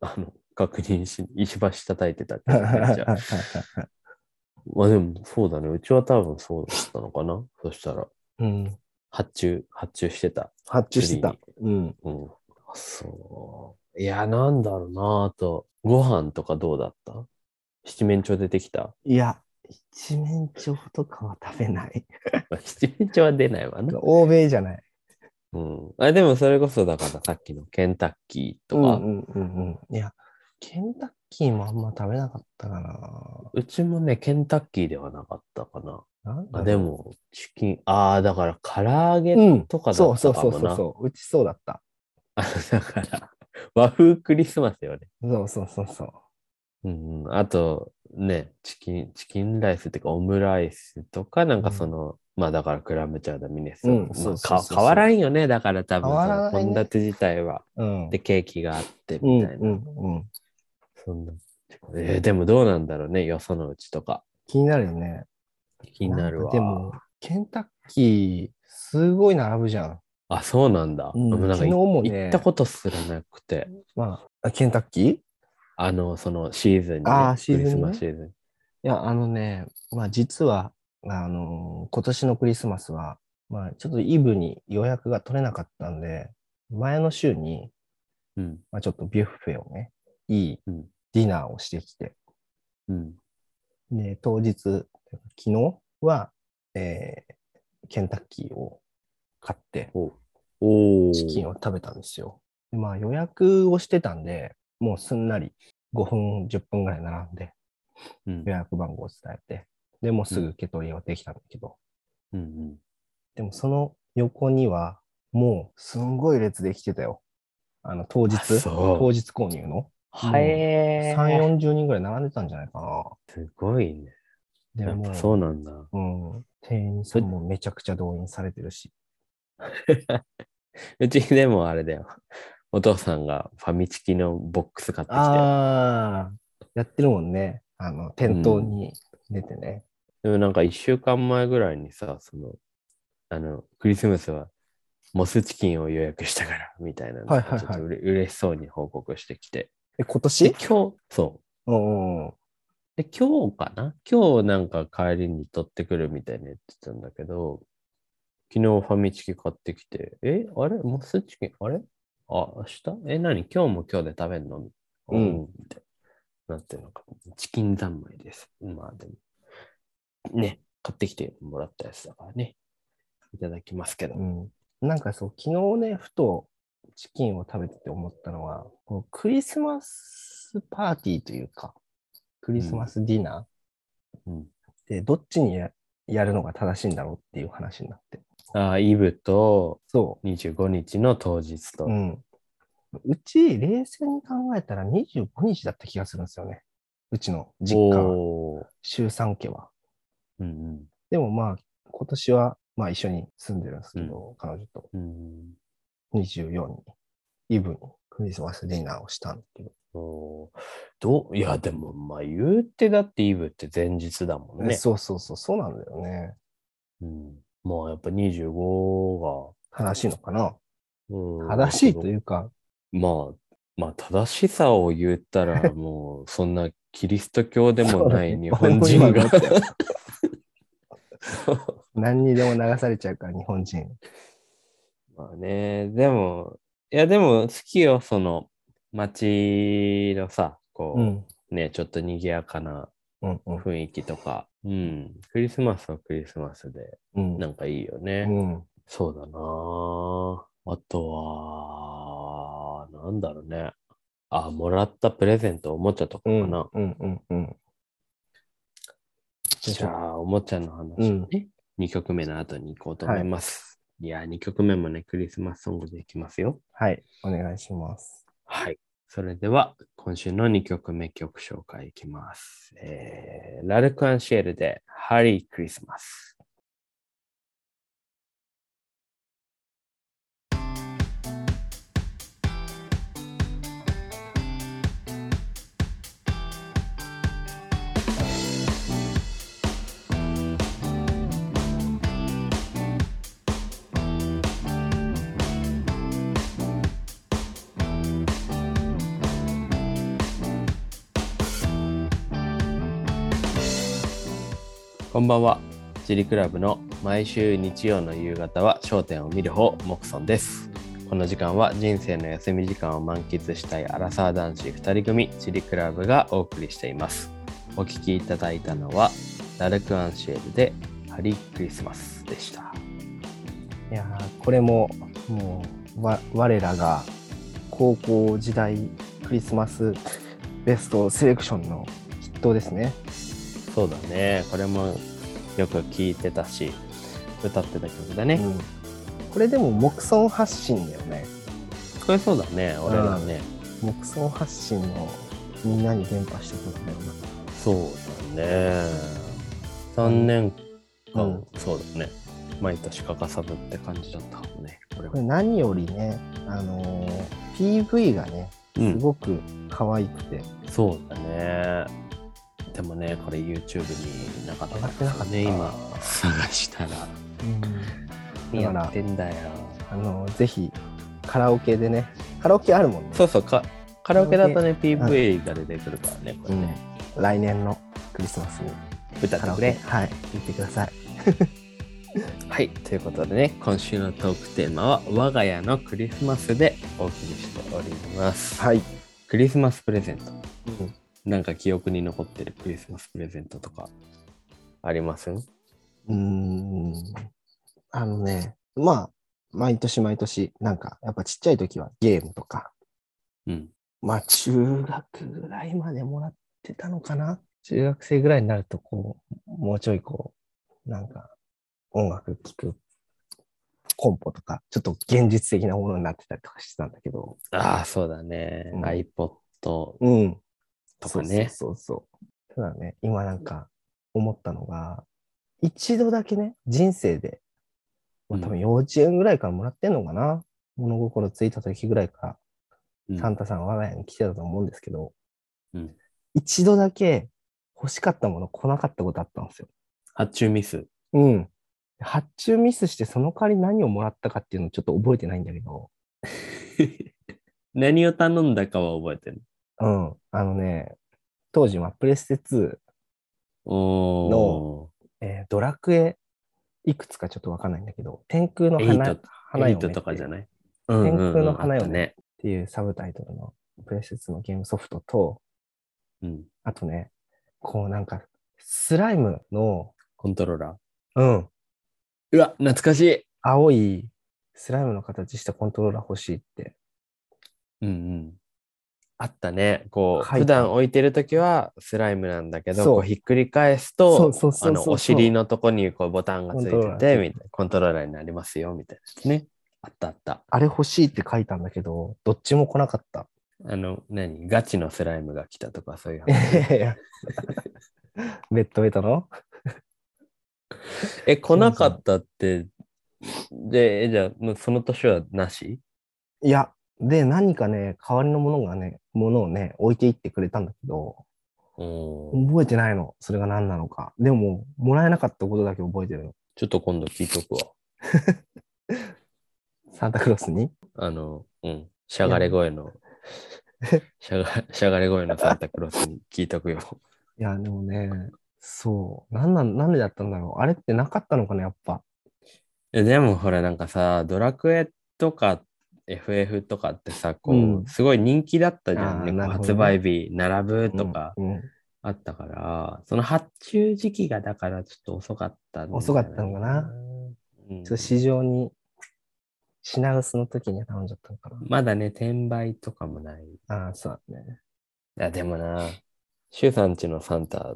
Speaker 2: あの、確認し、石橋叩いてたけどね、じゃあまあでもそうだね。うちは多分そうだったのかな。そしたら、
Speaker 1: *laughs* うん。
Speaker 2: 発注、発注してた。
Speaker 1: 発注してた
Speaker 2: ツ。
Speaker 1: うん。
Speaker 2: うん。あそう。いや、なんだろうなあと。ご飯とかどうだった七面鳥出てきた
Speaker 1: いや、一面鳥とかは食べない。
Speaker 2: *laughs* 七面鳥は出ないわな。
Speaker 1: 欧米じゃない。
Speaker 2: うん。あ、でもそれこそだからさっきのケンタッキーと
Speaker 1: うん
Speaker 2: か、
Speaker 1: う
Speaker 2: うん
Speaker 1: うんうん。いや、ケンタッキーもあんま食べなかったかな。
Speaker 2: ちもね、ケンタッキーではなかったかな。
Speaker 1: なんだろ
Speaker 2: あ
Speaker 1: う
Speaker 2: で。も、チキン、ああ、だから、唐揚げ
Speaker 1: うん。
Speaker 2: とかだ
Speaker 1: そう
Speaker 2: っ
Speaker 1: そ
Speaker 2: た
Speaker 1: うそ
Speaker 2: かも
Speaker 1: う
Speaker 2: な。
Speaker 1: そうそう。うちそうだった。
Speaker 2: あ *laughs* だから、和風クリスマスよね。
Speaker 1: そうそうそうそう。
Speaker 2: うんうん、あと、ね、チキン、チキンライスっていうか、オムライスとか、なんか
Speaker 1: うん
Speaker 2: その、まあだから、クラムチャウダーミネスト、
Speaker 1: うん
Speaker 2: まあ
Speaker 1: そうそう
Speaker 2: か
Speaker 1: そう
Speaker 2: 変わらんよね、だから多分、
Speaker 1: 変わらないね
Speaker 2: その献立自体は。
Speaker 1: うん。
Speaker 2: で、ケーキがあって、
Speaker 1: うん
Speaker 2: みたいな。
Speaker 1: うんうん。
Speaker 2: そんな。えーでもどうなんだろうね、よそのうちとか。
Speaker 1: 気になるよね。
Speaker 2: 気になるわ。
Speaker 1: んかでも、ケンタッキー、すごい並ぶじゃん。
Speaker 2: あ、そうなんだ。
Speaker 1: うん
Speaker 2: でもなんか
Speaker 1: 昨日もね
Speaker 2: 行ったことすらなくて、
Speaker 1: まあ、あケンタッキーい
Speaker 2: あの、そのシーズンに、
Speaker 1: あーシーズン
Speaker 2: ク
Speaker 1: ね
Speaker 2: リスマスシーズン。
Speaker 1: や、あのね、まあ実は、あのー今年のクリスマスは、まあちょっとイブに予約が取れなかったんで、前の週に、
Speaker 2: うん。
Speaker 1: まあちょっとビュッフェをね、いい
Speaker 2: うん
Speaker 1: ディナーをしてきて、
Speaker 2: うん。
Speaker 1: で、当日、昨日は、えーケンタッキーを買って、
Speaker 2: おおー
Speaker 1: チキンを食べたんですよ。でまあ予約をしてたんで、もうすんなり5分、10分ぐらい並んで、
Speaker 2: うん
Speaker 1: 予約番号を伝えて、でもうすぐ受け取りはできたんだけど、
Speaker 2: うんうん。
Speaker 1: でもその横には、もうすんごい列できてたよ。あの当日
Speaker 2: あ、そう
Speaker 1: 当日購入の
Speaker 2: はえ
Speaker 1: 3、40人ぐらい並んでたんじゃないか
Speaker 2: すごいね。
Speaker 1: な。で
Speaker 2: やっ
Speaker 1: も
Speaker 2: ぱ
Speaker 1: う、
Speaker 2: そうなんだ。
Speaker 1: うん、店員さんもめちゃくちゃ動員されてるし。
Speaker 2: うちでもあれだよ。お父さんがファミチキのボックス買ってきて。
Speaker 1: ああ、やってるもんね。あの、店頭に出てね。
Speaker 2: でもなんか一週間前ぐらいにさ、その、あの、クリスマスはモスチキンを予約したから、みたいなの
Speaker 1: はい
Speaker 2: が
Speaker 1: はいはい
Speaker 2: ちょっとうれ嬉しそうに報告してきて。
Speaker 1: え、今
Speaker 2: で、
Speaker 1: 年
Speaker 2: 今日、そう。
Speaker 1: うんうん。
Speaker 2: で、今日かな今日なんか帰りに取ってくるみたいに言ってたんだけど、昨日ファミチキ買ってきて、え、あれモスチキン、あれあ、明日え、何今日も今日で食べんの
Speaker 1: うん
Speaker 2: みたいな。なんていうのか、チキン三昧です。まあでも、ね、買ってきてもらったやつだからね。いただきますけど。
Speaker 1: うん、なんかそう、昨日ね、ふとチキンを食べてて思ったのは、このクリスマスパーティーというか、クリスマスディナ
Speaker 2: うん、
Speaker 1: ーでどっちにややるのが正しいんだろうっていう話になって。
Speaker 2: あーイブと
Speaker 1: そ
Speaker 2: 25日の当日と。
Speaker 1: う。うん。うち、冷静に考えたら25日だった気がするんですよね。うちの実家は、
Speaker 2: おー
Speaker 1: 周三家は。
Speaker 2: うん
Speaker 1: でもまあ、今年は、まあ一緒に住んでるんですけど、彼女と
Speaker 2: うん。うん
Speaker 1: 24に、イブにクリスマスディナーをしたんだけど。
Speaker 2: おーどういやでもまあ言うてだってイブって前日だもん
Speaker 1: え
Speaker 2: ね。
Speaker 1: そうそうそう、そうなんだよね。
Speaker 2: うん、まあやっぱ25が、
Speaker 1: 正しいのかな
Speaker 2: うん
Speaker 1: 正しいというか、
Speaker 2: まあまあ正しさを言っ
Speaker 1: *laughs*
Speaker 2: たらもうそんなキリスト教でもない日本人が。 *laughs*
Speaker 1: そうだね俺も今思ったよ何にでも流されちゃうから、日本人。
Speaker 2: まあねでもいやでも好きよその街のさこう、
Speaker 1: うん。
Speaker 2: ねちょっと賑やかな
Speaker 1: うんうん
Speaker 2: 雰囲気とか、うん、クリスマスはクリスマスで
Speaker 1: うん。
Speaker 2: なんかいいよね。
Speaker 1: うん。
Speaker 2: そうだなああとは、なんだろうね。あ、もらったプレゼント、おもちゃとか
Speaker 1: う
Speaker 2: か
Speaker 1: ん。
Speaker 2: な。
Speaker 1: うんうんうん。
Speaker 2: じゃあ、おもちゃの話、
Speaker 1: うん
Speaker 2: ね2曲目の後に行こうと思います。い、や、2曲目もね、クリスマスソングでいきますよ。
Speaker 1: はい。お願いします。
Speaker 2: はい。それでは、今週の2曲目曲紹介いきます。えー、ラルク・アンシエルで、ハリー・クリスマス。こんばんは。ジリクラブの毎週日曜の夕方は焦点を見る方、モクソンです。この時間は人生の休み時間を満喫したいアラサー男子2人組、ジリクラブがお送りしています。お聴きいただいたのは、ラルク・アンシエルでハリー・クリスマスでした。
Speaker 1: いやーこれも、もう、わ、我らが、高校時代クリスマスベストセレクションの筆頭ですね。
Speaker 2: そうだね。これもよく聴いてたし歌ってた曲だ
Speaker 1: う
Speaker 2: ね、
Speaker 1: ん、これでも木村発信だよね
Speaker 2: これそうだね俺らね、
Speaker 1: 木村発信のみんなに伝播してくるんだよ
Speaker 2: そうだね3年
Speaker 1: な、
Speaker 2: 間、そうだね毎年欠かさずって感じだったもんね俺
Speaker 1: これ
Speaker 2: は
Speaker 1: 何よりねあのー PV がね
Speaker 2: う
Speaker 1: す
Speaker 2: ん
Speaker 1: ごく可愛くて、
Speaker 2: そうだねでもねこれ YouTube になかった
Speaker 1: 上がってなかった
Speaker 2: ね今探したら
Speaker 1: だから
Speaker 2: やってんだよ
Speaker 1: あのーぜひカラオケでねカラオケあるもんね
Speaker 2: そうそうかカラオケだと
Speaker 1: ラ
Speaker 2: ね
Speaker 1: オケ
Speaker 2: PV が出てくるからねこれね、
Speaker 1: 来年のクリスマスに
Speaker 2: 歌っ
Speaker 1: カ
Speaker 2: て
Speaker 1: ラオ
Speaker 2: く
Speaker 1: ケ
Speaker 2: れ
Speaker 1: はい行ってください
Speaker 2: はい、ということでね、今週のトークテーマは、我が家のクリスマスでお送りしております。
Speaker 1: はい、
Speaker 2: クリスマスプレゼント。
Speaker 1: うん
Speaker 2: なんか記憶に残ってるクリスマスプレゼントとか、ありますん
Speaker 1: うーんあのね、まあ、毎年毎年、なんか、やっぱちっちゃい時はゲームとか、
Speaker 2: うん。
Speaker 1: まあ、中学ぐらいまでもらってたのかな。中学生ぐらいになると、こう、もうちょいこう、なんか、音楽聴くコンポとか、ちょっと現実的なものになってたりとかしてたんだけど、
Speaker 2: ああ、そうだね。
Speaker 1: うん
Speaker 2: iPod と
Speaker 1: うん。
Speaker 2: か
Speaker 1: そうそう
Speaker 2: ね。
Speaker 1: そうそう。ただね、今なんか思ったのが、一度だけね、人生で、まあ、
Speaker 2: うん
Speaker 1: 多分幼稚園ぐらいからもらってんのかな、物心ついた時ぐらいから、
Speaker 2: うん
Speaker 1: サンタさん我が家に来てたと思うんですけど、
Speaker 2: うん
Speaker 1: 一度だけ欲しかったもの来なかったことあったんですよ。
Speaker 2: 発注ミス。
Speaker 1: うん。発注ミスして、その代わり何をもらったかっていうのをちょっと覚えてないんだけど、
Speaker 2: 何を頼んだかは覚えてる。
Speaker 1: うん。あのね、当時はプレステ2、
Speaker 2: お
Speaker 1: えードラクエ、いくつかちょっとわかんないんだけど、天空の
Speaker 2: エイ
Speaker 1: 花
Speaker 2: ト、
Speaker 1: 花
Speaker 2: エイ
Speaker 1: 嫁
Speaker 2: ト
Speaker 1: っ
Speaker 2: とかじゃ
Speaker 1: て
Speaker 2: ないうんうんうん
Speaker 1: 天空の花
Speaker 2: あ
Speaker 1: 嫁
Speaker 2: ったね。
Speaker 1: いうサブタイトルのプレステ2のゲームソフトと、
Speaker 2: うん。
Speaker 1: あとね、こうなんか、スライムの、
Speaker 2: コントローラー。
Speaker 1: うん、
Speaker 2: うわ、懐かしい。
Speaker 1: 青いスライムの形したコントローラー欲しいって。
Speaker 2: うんうん。あったね。こう、
Speaker 1: はい
Speaker 2: 普段置いてるときはスライムなんだけど、
Speaker 1: そう
Speaker 2: こうひっくり返すと、
Speaker 1: そうそうそうそう
Speaker 2: あのお尻のとこにこうボタンがついてて、
Speaker 1: コントローラー
Speaker 2: みたいな、コントローラーになりますよ、みたいなね。あったあった。
Speaker 1: あれ欲しいって書いたんだけど、どっちも来なかった。
Speaker 2: あの、何ガチのスライムが来たとか、そういう
Speaker 1: い
Speaker 2: 話。
Speaker 1: *laughs* やいやベッドベタの
Speaker 2: え、来なかったって、で、えじゃあ、もうその年はなし
Speaker 1: いや、で、何かね、代わりのものがね、ものをね、置いていってくれたんだけど、
Speaker 2: おー
Speaker 1: 覚えてないの。それが何なのか。でも、もらえなかったことだけ覚えてるの。
Speaker 2: ちょっと今度聞いとくわ。
Speaker 1: サンタクロースに。
Speaker 2: あの、うん、しゃがれ声の、しゃがしゃがれ声のサンタクロースに聞いとくよ。
Speaker 1: いや、でもね、そう。なんなん、なんでだったんだろう。あれってなかったのかな、やっぱ。
Speaker 2: えでもほらなんかさドラクエとか FF とかってさこう、
Speaker 1: うん
Speaker 2: すごい人気だったじゃんね
Speaker 1: あーなる
Speaker 2: こう
Speaker 1: ほ
Speaker 2: 発
Speaker 1: どね
Speaker 2: 売日並ぶとか
Speaker 1: うん。うん
Speaker 2: あったから、その発注時期がだからちょっと遅かったんじゃない
Speaker 1: 遅かったのかな、
Speaker 2: う
Speaker 1: ちょ
Speaker 2: ん
Speaker 1: っと市場に、品薄の時に頼んじゃったのか
Speaker 2: まだね転売とかもないい
Speaker 1: な。ああ、そうだね。
Speaker 2: やでもなシュウさんちのサンタ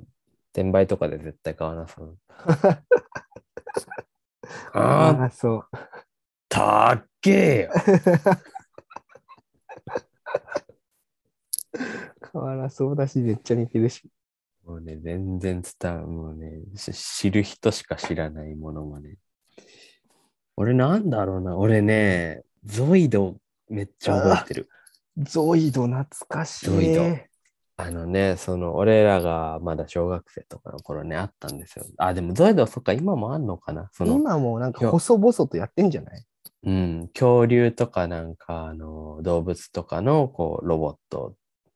Speaker 2: 転売とかで絶対買わ
Speaker 1: *laughs*
Speaker 2: なそうあー
Speaker 1: あ、そう。
Speaker 2: たっけーよ
Speaker 1: 変わらそうだし、めっちゃ似てるし。
Speaker 2: もうね全然伝わもうねし知る人しか知らないものまね俺なんだろうな俺ねゾイドめっちゃ覚えてる
Speaker 1: ゾイド、懐かしい。
Speaker 2: ゾイドあのねその俺らがまだ小学生とかの頃ねあったんですよあでもゾイドはそっか今もあんのかなその
Speaker 1: 今もなんか細々とやってんじゃない
Speaker 2: うん恐竜とかなんかあの動物とかのこうロボット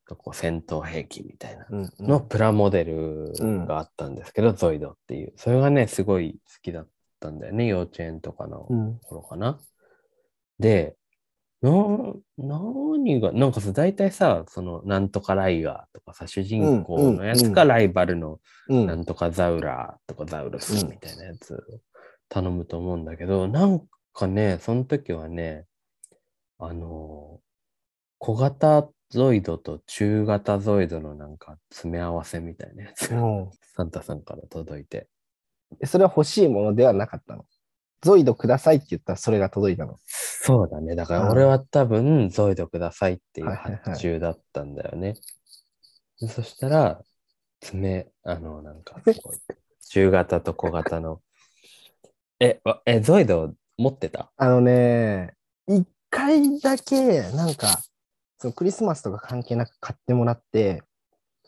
Speaker 2: とこう戦闘兵器みたいな
Speaker 1: うん、
Speaker 2: のプラモデルがあったんですけど、ゾイドっていう。それがね、すごい好きだったんだよね、幼稚園とかの
Speaker 1: うん。
Speaker 2: 頃かな。で、な、何が、なんかさ、大体さ、その、なんとかライガーとかさ、主人公のやつか、
Speaker 1: う
Speaker 2: ライバルの、
Speaker 1: う。
Speaker 2: なんんとかザウラーとかザウルス
Speaker 1: うん
Speaker 2: みたいなやつ頼むと思うんだけど、なんかね、その時はね、あの、小型ゾイドと中型ゾイドのなんか詰め合わせみたいなやつが *laughs*
Speaker 1: うん
Speaker 2: サンタさんから届いて、
Speaker 1: それは欲しいものではなかったの。ゾイドくださいって言ったらそれが届いたの。
Speaker 2: そうだね。だか
Speaker 1: う
Speaker 2: ら
Speaker 1: ん
Speaker 2: 俺は多分、ゾイドくださいっていう
Speaker 1: はいはいはい
Speaker 2: 発注だったんだよね。でそしたら、爪、あの、な
Speaker 1: *laughs*
Speaker 2: んか、こう中型と小型の。え、わえ、ゾイド持ってた
Speaker 1: あのね、一回だけ、なんか、そのクリスマスとか関係なく買ってもらって、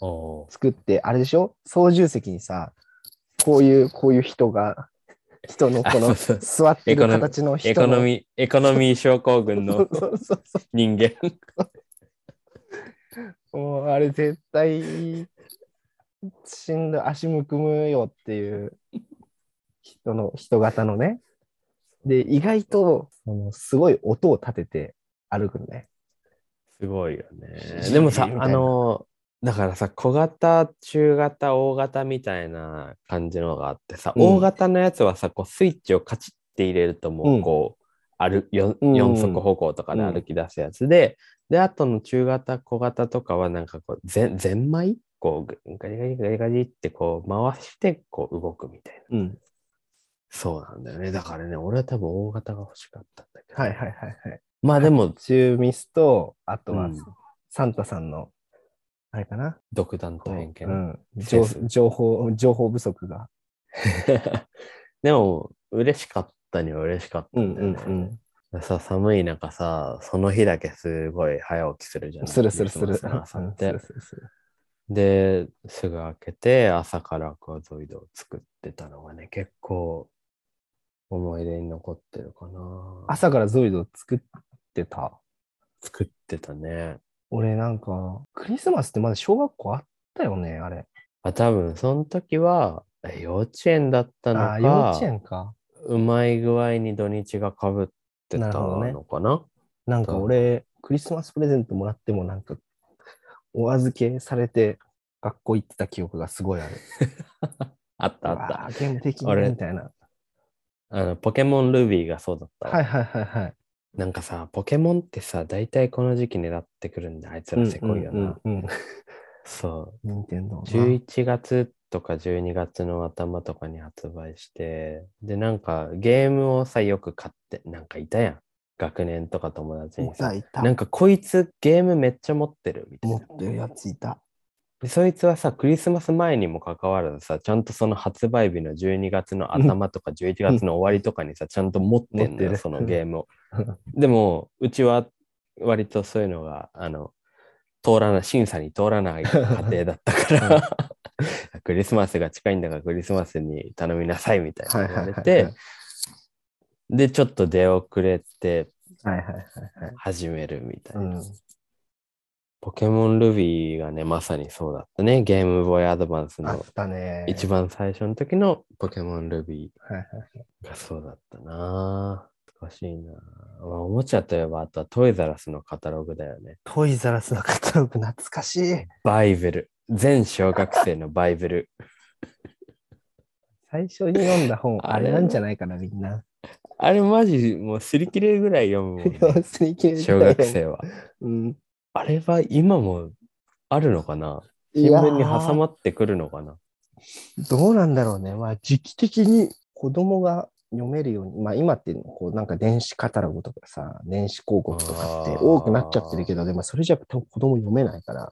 Speaker 2: おー
Speaker 1: 作って、あれでしょ操縦席にさ、こういう、こういう人が、人の
Speaker 2: *laughs* あ
Speaker 1: こ
Speaker 2: そ
Speaker 1: の
Speaker 2: うそう
Speaker 1: 座って
Speaker 2: エコ
Speaker 1: る
Speaker 2: ノミ
Speaker 1: 形の人の。
Speaker 2: エコノミー、エコノミー症候群
Speaker 1: *laughs* そ
Speaker 2: の
Speaker 1: うそうそうそ
Speaker 2: 人間。
Speaker 1: う。もうあれ絶対、死んだ足むくむよっていう人の、人型のね。で、意外と、そのすごい音を立てて歩くのね。
Speaker 2: すごいよね。
Speaker 1: し
Speaker 2: でもさ
Speaker 1: みた、いな
Speaker 2: あの、だからさ、小型、中型、大型みたいな感じのがあってさ、
Speaker 1: うん
Speaker 2: 大型のやつはさ、こうスイッチをカチッって入れるともう、
Speaker 1: うん
Speaker 2: こう、歩4、
Speaker 1: うん
Speaker 2: 四足歩行とかで
Speaker 1: うん
Speaker 2: 歩き出すやつで、で、あとの中型、小型とかはなんかこう、ぜゼンマイこう、ガリガリガリガリってこう、回して、こう、動くみたいな。
Speaker 1: うん。
Speaker 2: そうなんだよね。だからね、俺は多分大型が欲しかったんだけど。
Speaker 1: はいはいはいはい。
Speaker 2: まあでも、
Speaker 1: 中ミスと、あと
Speaker 2: う
Speaker 1: は
Speaker 2: ん
Speaker 1: サンタさんの、あれかな、
Speaker 2: 独断と
Speaker 1: こう
Speaker 2: 偏見。
Speaker 1: うん情
Speaker 2: センス
Speaker 1: 情報、情報不足が。
Speaker 2: *laughs* でも、嬉しかったには嬉しかったんだよね。さ、寒い中さ、その日だけすごい早起きするじゃん。
Speaker 1: するするする。
Speaker 2: クリスマスの朝
Speaker 1: うん
Speaker 2: っ
Speaker 1: す
Speaker 2: て
Speaker 1: るするする
Speaker 2: で、すぐ開けて、朝からクアゾイドを作ってたのがね、結構思い出に残ってるかな。
Speaker 1: 朝からゾイド作ってた。
Speaker 2: 作ってたね。
Speaker 1: 俺なんか、クリスマスってまだ小学校あったよね、あれ。
Speaker 2: あ、多分、その時は、え幼稚園だったの
Speaker 1: あ
Speaker 2: か、
Speaker 1: ー幼稚園か。
Speaker 2: うまい具合に土日がかぶってた
Speaker 1: なるほどね
Speaker 2: のかな。
Speaker 1: なんか俺、クリスマスプレゼントもらってもなんか、お預けされて学校行ってた記憶がすごいある。
Speaker 2: あったあ
Speaker 1: う
Speaker 2: った。
Speaker 1: わー。ゲーム的に
Speaker 2: 俺
Speaker 1: みたいな。
Speaker 2: あの、ポケモンルビーがそうだった。
Speaker 1: はいはいはいはい。
Speaker 2: なんかさ、ポケモンってさ、大体この時期狙ってくるんで、あいつらせこい
Speaker 1: う
Speaker 2: よな。
Speaker 1: んうんうん
Speaker 2: そ
Speaker 1: 任天堂
Speaker 2: う。11月とか12月の頭とかに発売して、で、なんかゲームをさ、よく買って、なんかいたやん。学年とか友達
Speaker 1: い
Speaker 2: にさ
Speaker 1: た、いた。
Speaker 2: なんかこいつゲームめっちゃ持ってるみたい
Speaker 1: 持
Speaker 2: な。
Speaker 1: ってるやついた。
Speaker 2: でそいつはさ、クリスマス前にもかかわらずさ、ちゃんとその発売日の12月の頭とか11月の終わりとかにさ、ちゃんと持ってんだ
Speaker 1: 持って
Speaker 2: よ、
Speaker 1: る
Speaker 2: そのゲームを。でも、うちは割とそういうのが、あの、通らない、審査に通らない家庭だったから、 *laughs* クリスマスが近いんだからクリスマスに頼みなさいみたい
Speaker 1: はい
Speaker 2: な
Speaker 1: は
Speaker 2: 言
Speaker 1: いは
Speaker 2: わ
Speaker 1: い
Speaker 2: れ
Speaker 1: はい
Speaker 2: て、で、ちょっと出遅れて
Speaker 1: はいはいはいはい。
Speaker 2: 始めるみたいな。
Speaker 1: うん、
Speaker 2: ポケモンルビーがね、まさにそうだったね。ゲームボーイアドバンス
Speaker 1: あ
Speaker 2: の
Speaker 1: ったね。
Speaker 2: 一番最初の時のポケモンルビ
Speaker 1: はいはい
Speaker 2: ーがそうだったな懐かしいなまあおもちゃといえばあとはトイザラスのカタログだよね。
Speaker 1: トイザラスのカタログ懐かしい。
Speaker 2: バイブル。全小学生
Speaker 1: *laughs*
Speaker 2: のバイブル。
Speaker 1: 最初に読んだ本、
Speaker 2: あ
Speaker 1: あ
Speaker 2: れ
Speaker 1: れなんじゃないかな、みんな。
Speaker 2: あれマジもうすり切れるぐらい読
Speaker 1: *laughs*
Speaker 2: むもんね、 *laughs* 小
Speaker 1: 小
Speaker 2: 学。生は。
Speaker 1: うん。
Speaker 2: あれは今もあるのかない新
Speaker 1: やー
Speaker 2: 聞に挟まってくるのかな
Speaker 1: どうなんだろうね。まあ、時期的に子供が読めるように、まあ今っていうのこうなんか電子カタログとかさ、電子広告とかって
Speaker 2: あー
Speaker 1: 多くなっちゃってるけど、でもそれじゃ多分子供読めないから。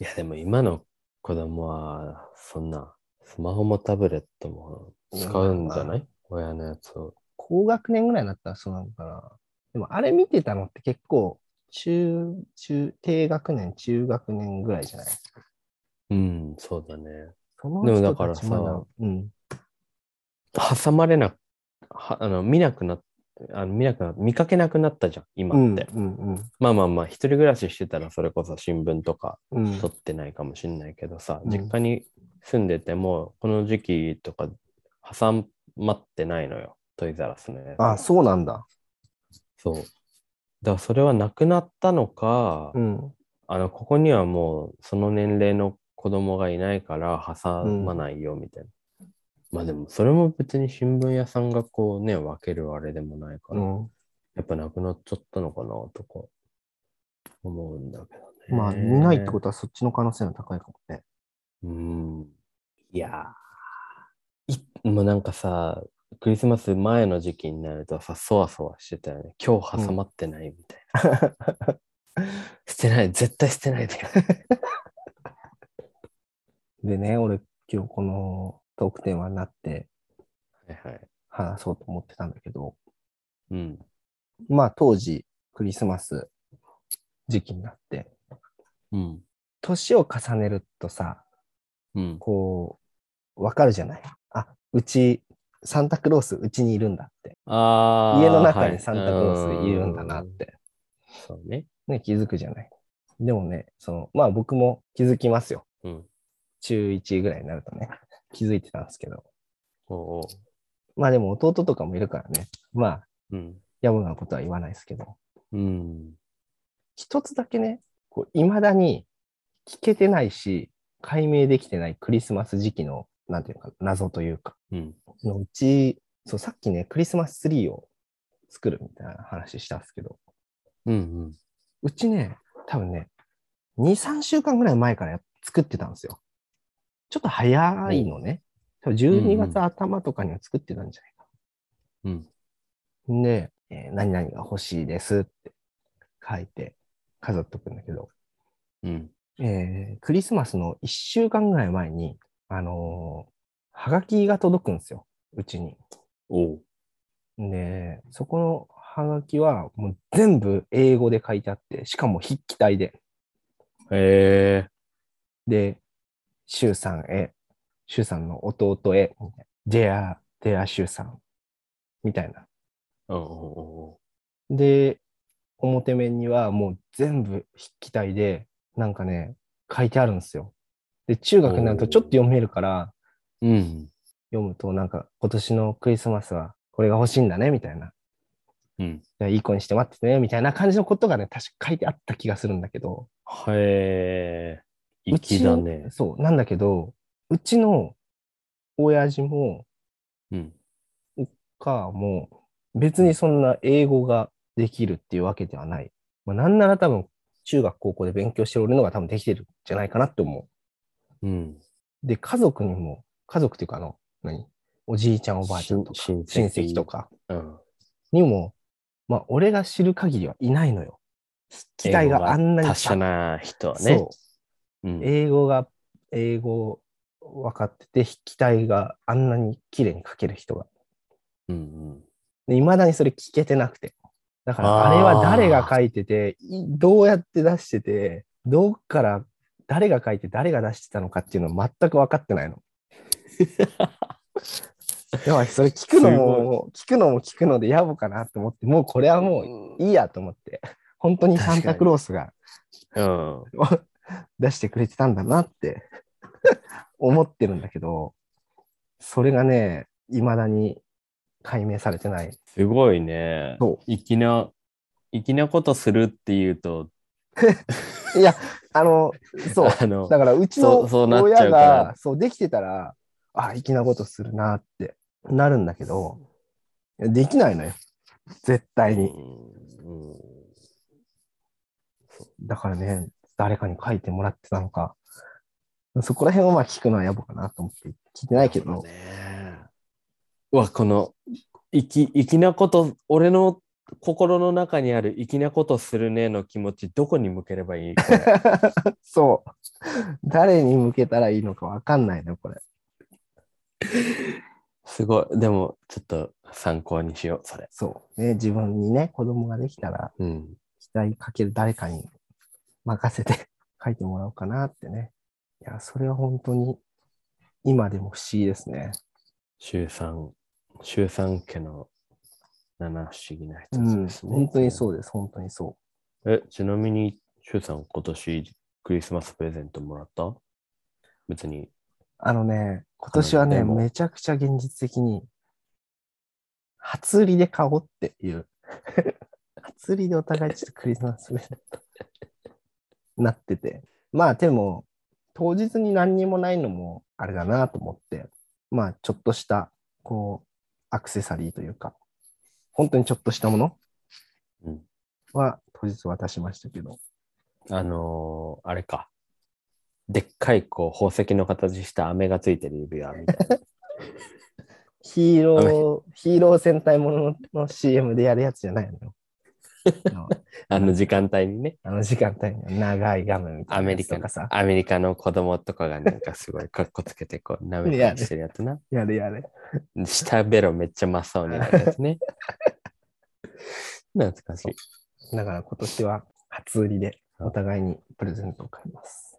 Speaker 2: いやでも今の子供はそんなスマホもタブレットも使うんじゃない、親のやつを。
Speaker 1: 高学年ぐらいになったらそうなのかな。でもあれ見てたのって結構、中、中、低学年、中学年ぐらいじゃない
Speaker 2: うん、そうだね。
Speaker 1: その
Speaker 2: でも
Speaker 1: 人
Speaker 2: だから
Speaker 1: たちま
Speaker 2: さ
Speaker 1: うん。
Speaker 2: 挟まれな、はあの見なくなあの見なくな見かけなくなったじゃん、今
Speaker 1: う
Speaker 2: っ
Speaker 1: ん
Speaker 2: て。
Speaker 1: うん
Speaker 2: まあまあまあ、一人暮らししてたらそれこそ新聞とか
Speaker 1: うん。うん
Speaker 2: 撮ってないかもしんないけどさ、
Speaker 1: うん
Speaker 2: 実家に住んでても、この時期とか挟まってないのよ、トイザラスのやつ。
Speaker 1: あ、そうなんだ。
Speaker 2: そう。だからそれはなくなったのか、
Speaker 1: うん。
Speaker 2: あの、ここにはもうその年齢の子供がいないから挟まないよみたいな。まあでも、それも別に新聞屋さんがこうね、分けるあれでもないから、
Speaker 1: うん
Speaker 2: やっぱなくなっちゃったのかなとか思うんだけどね。
Speaker 1: まあ、見ないってことはそっちの可能性が高いかもね。
Speaker 2: うん。いやーいもうなんかさ、クリスマス前の時期になるとさ、そわそわしてたよね。今日挟まってないみたいな。 *laughs* 捨てない、絶対捨てないで。
Speaker 1: でね、俺今日このトークテーマになって
Speaker 2: はいはい。
Speaker 1: 話そうと思ってたんだけど、
Speaker 2: うん。
Speaker 1: まあ当時クリスマス時期になって、
Speaker 2: うん。
Speaker 1: 年を重ねるとさ、
Speaker 2: うん。
Speaker 1: こう、わかるじゃないあ、うち、サンタクロースうちにいるんだって。
Speaker 2: ああ。
Speaker 1: 家の中に
Speaker 2: はい
Speaker 1: サンタクロースいるんだなっ
Speaker 2: う
Speaker 1: て、
Speaker 2: そうね。
Speaker 1: ね、気づくじゃない。でもね、その、まあ僕も気づきますよ。
Speaker 2: うん。
Speaker 1: 中1ぐらいになるとね、気づいてたんですけど。
Speaker 2: おうおう。
Speaker 1: まあでも弟とかもいるからね、まあ、
Speaker 2: うん。
Speaker 1: 野暮なことは言わないですけど、
Speaker 2: うん。
Speaker 1: 一つだけね、こう、未だに聞けてないし、解明できてないクリスマス時期の、なんていうのか、謎というか、
Speaker 2: うん。
Speaker 1: のうち、そう、さっきね、クリスマスツリーを作るみたいな話したんですけど、
Speaker 2: うん。うん。
Speaker 1: うちね、多分ね、2、3週間ぐらい前からや作ってたんですよ。ちょっと早いのね。多分12
Speaker 2: うんう
Speaker 1: 月
Speaker 2: ん
Speaker 1: 頭とかには作ってたんじゃないか
Speaker 2: うん。
Speaker 1: な。で、えー何々が欲しいですって書いて飾っとくんだけど、
Speaker 2: うん。
Speaker 1: えークリスマスの1週間ぐらい前に、あのーはがきが届くんですよ、うちに。
Speaker 2: おう。
Speaker 1: で、そこのハガキはもう全部英語で書いてあって、しかも筆記体で。
Speaker 2: へえ。
Speaker 1: で、シュウさんへ、シュウさんの弟へ、みたいなデア、デアシュウさん、みたいな。
Speaker 2: うんうんうんうん。
Speaker 1: で、表面にはもう全部筆記体で、なんかね、書いてあるんですよ。で、中学になるとちょっと読めるから、
Speaker 2: うん。
Speaker 1: 読むとなんか今年のクリスマスはこれが欲しいんだね、みたいな。
Speaker 2: うん。
Speaker 1: じゃあいい子にして待っててね、みたいな感じのことがね、確か書いてあった気がするんだけど、
Speaker 2: へえ。
Speaker 1: う
Speaker 2: 粋
Speaker 1: ち
Speaker 2: だね。
Speaker 1: そう、なんだけど、うちの親父も
Speaker 2: うん。
Speaker 1: 母も別にそんな英語ができるっていうわけではない。まあ、なんなら多分中学高校で勉強してる俺の方が多分できてるんじゃないかなって思
Speaker 2: うん。
Speaker 1: う。で、家族にも、家族っていうかあの、何おじいちゃんおばあちゃんとか
Speaker 2: 親
Speaker 1: 親
Speaker 2: 親戚
Speaker 1: 戚とか
Speaker 2: うん。
Speaker 1: にも、まあ俺が知る限りはいないのよ。機体があんなに
Speaker 2: 達者な人はね。
Speaker 1: そう。
Speaker 2: うん。
Speaker 1: 英語が、英語分かってて、筆記体があんなに綺麗に書ける人が。
Speaker 2: うん
Speaker 1: いまだにそれ聞けてなくて。だから、
Speaker 2: あ
Speaker 1: あ
Speaker 2: ー
Speaker 1: れは誰が書いてて、いどうやって出してて、どっから、誰が書いて誰が出してたのかっていうのは全く分かってない *laughs* の。でもそれ聞くのも、聞くのも聞くので野暮かなと思って、もうこれはもういいやと思って、本当にサンタクロースが *laughs*
Speaker 2: うん。うん。
Speaker 1: 出してくれてたんだなって *laughs* 思ってるんだけど、それがね、いまだに解明されてない。
Speaker 2: すごいね。
Speaker 1: そ
Speaker 2: 粋な、粋なことするっていうと、
Speaker 1: いや、あの、そう。
Speaker 2: あの、
Speaker 1: だから、うちの
Speaker 2: そうそうなっちゃう
Speaker 1: 親
Speaker 2: から
Speaker 1: が、そう、できてたら、あ、粋なことするなってなるんだけど、いやできないのよ。絶対に。
Speaker 2: うんうん
Speaker 1: だからね、誰かに書いてもらってたのか、そこら辺をまあ聞くのは野暮かなと思って聞いてないけ
Speaker 2: そう
Speaker 1: ど、
Speaker 2: ねうわ、この、粋粋なこと、俺の心の中にある粋なことするねの気持ち、どこに向ければいいこ
Speaker 1: *laughs*
Speaker 2: れ
Speaker 1: そう。誰に向けたらいいのかわかんないのよ、これ。
Speaker 2: すごい。でも、ちょっと参考にしよう、それ。
Speaker 1: そう。ね、自分にね、子供ができたら、
Speaker 2: うん。
Speaker 1: 期待かける誰かに任せて *laughs* 書いてもらおうかなってね。いや、それは本当に、今でも不思議ですね。
Speaker 2: 週3、週3家の七不思議な
Speaker 1: う
Speaker 2: 人たち
Speaker 1: ん、
Speaker 2: ですね。
Speaker 1: 本当にそうです、本当にそ
Speaker 2: え、ちなみに、シュウさん、今年クリスマスプレゼントもらった別に。
Speaker 1: う。あのね、今年は
Speaker 2: で
Speaker 1: ね、
Speaker 2: も
Speaker 1: めちゃくちゃ現実的に、初売りで買おうっていう。 *laughs* 初売りでお互いちょっとクリスマスプレゼントなってて。まあでも、当日に何にもないのもあれだなと思って、まあちょっとした、こう、アクセサリーというか、本当にちょっとしたもの
Speaker 2: うん。
Speaker 1: は当日渡しましたけど。
Speaker 2: あのーあれか。でっかい、こう、宝石の形した飴がついてる指輪みたいな。
Speaker 1: ヒーロー、ヒーロー戦隊ものの CM でやるやつじゃないの
Speaker 2: *laughs*
Speaker 1: よ。 *laughs*
Speaker 2: あの時間帯にね、
Speaker 1: あの時間帯に長い画面みたいな。
Speaker 2: アメリカの
Speaker 1: かさ。
Speaker 2: アメリカの子供とかがなんかすごいかっこつけてこう、舐めたりしてるやつな。
Speaker 1: やれやれ。
Speaker 2: 下ベロめっちゃ真っ青になるや
Speaker 1: *laughs*
Speaker 2: つね。懐かしい。
Speaker 1: だから今年は初売りでお互いにプレゼントを買います。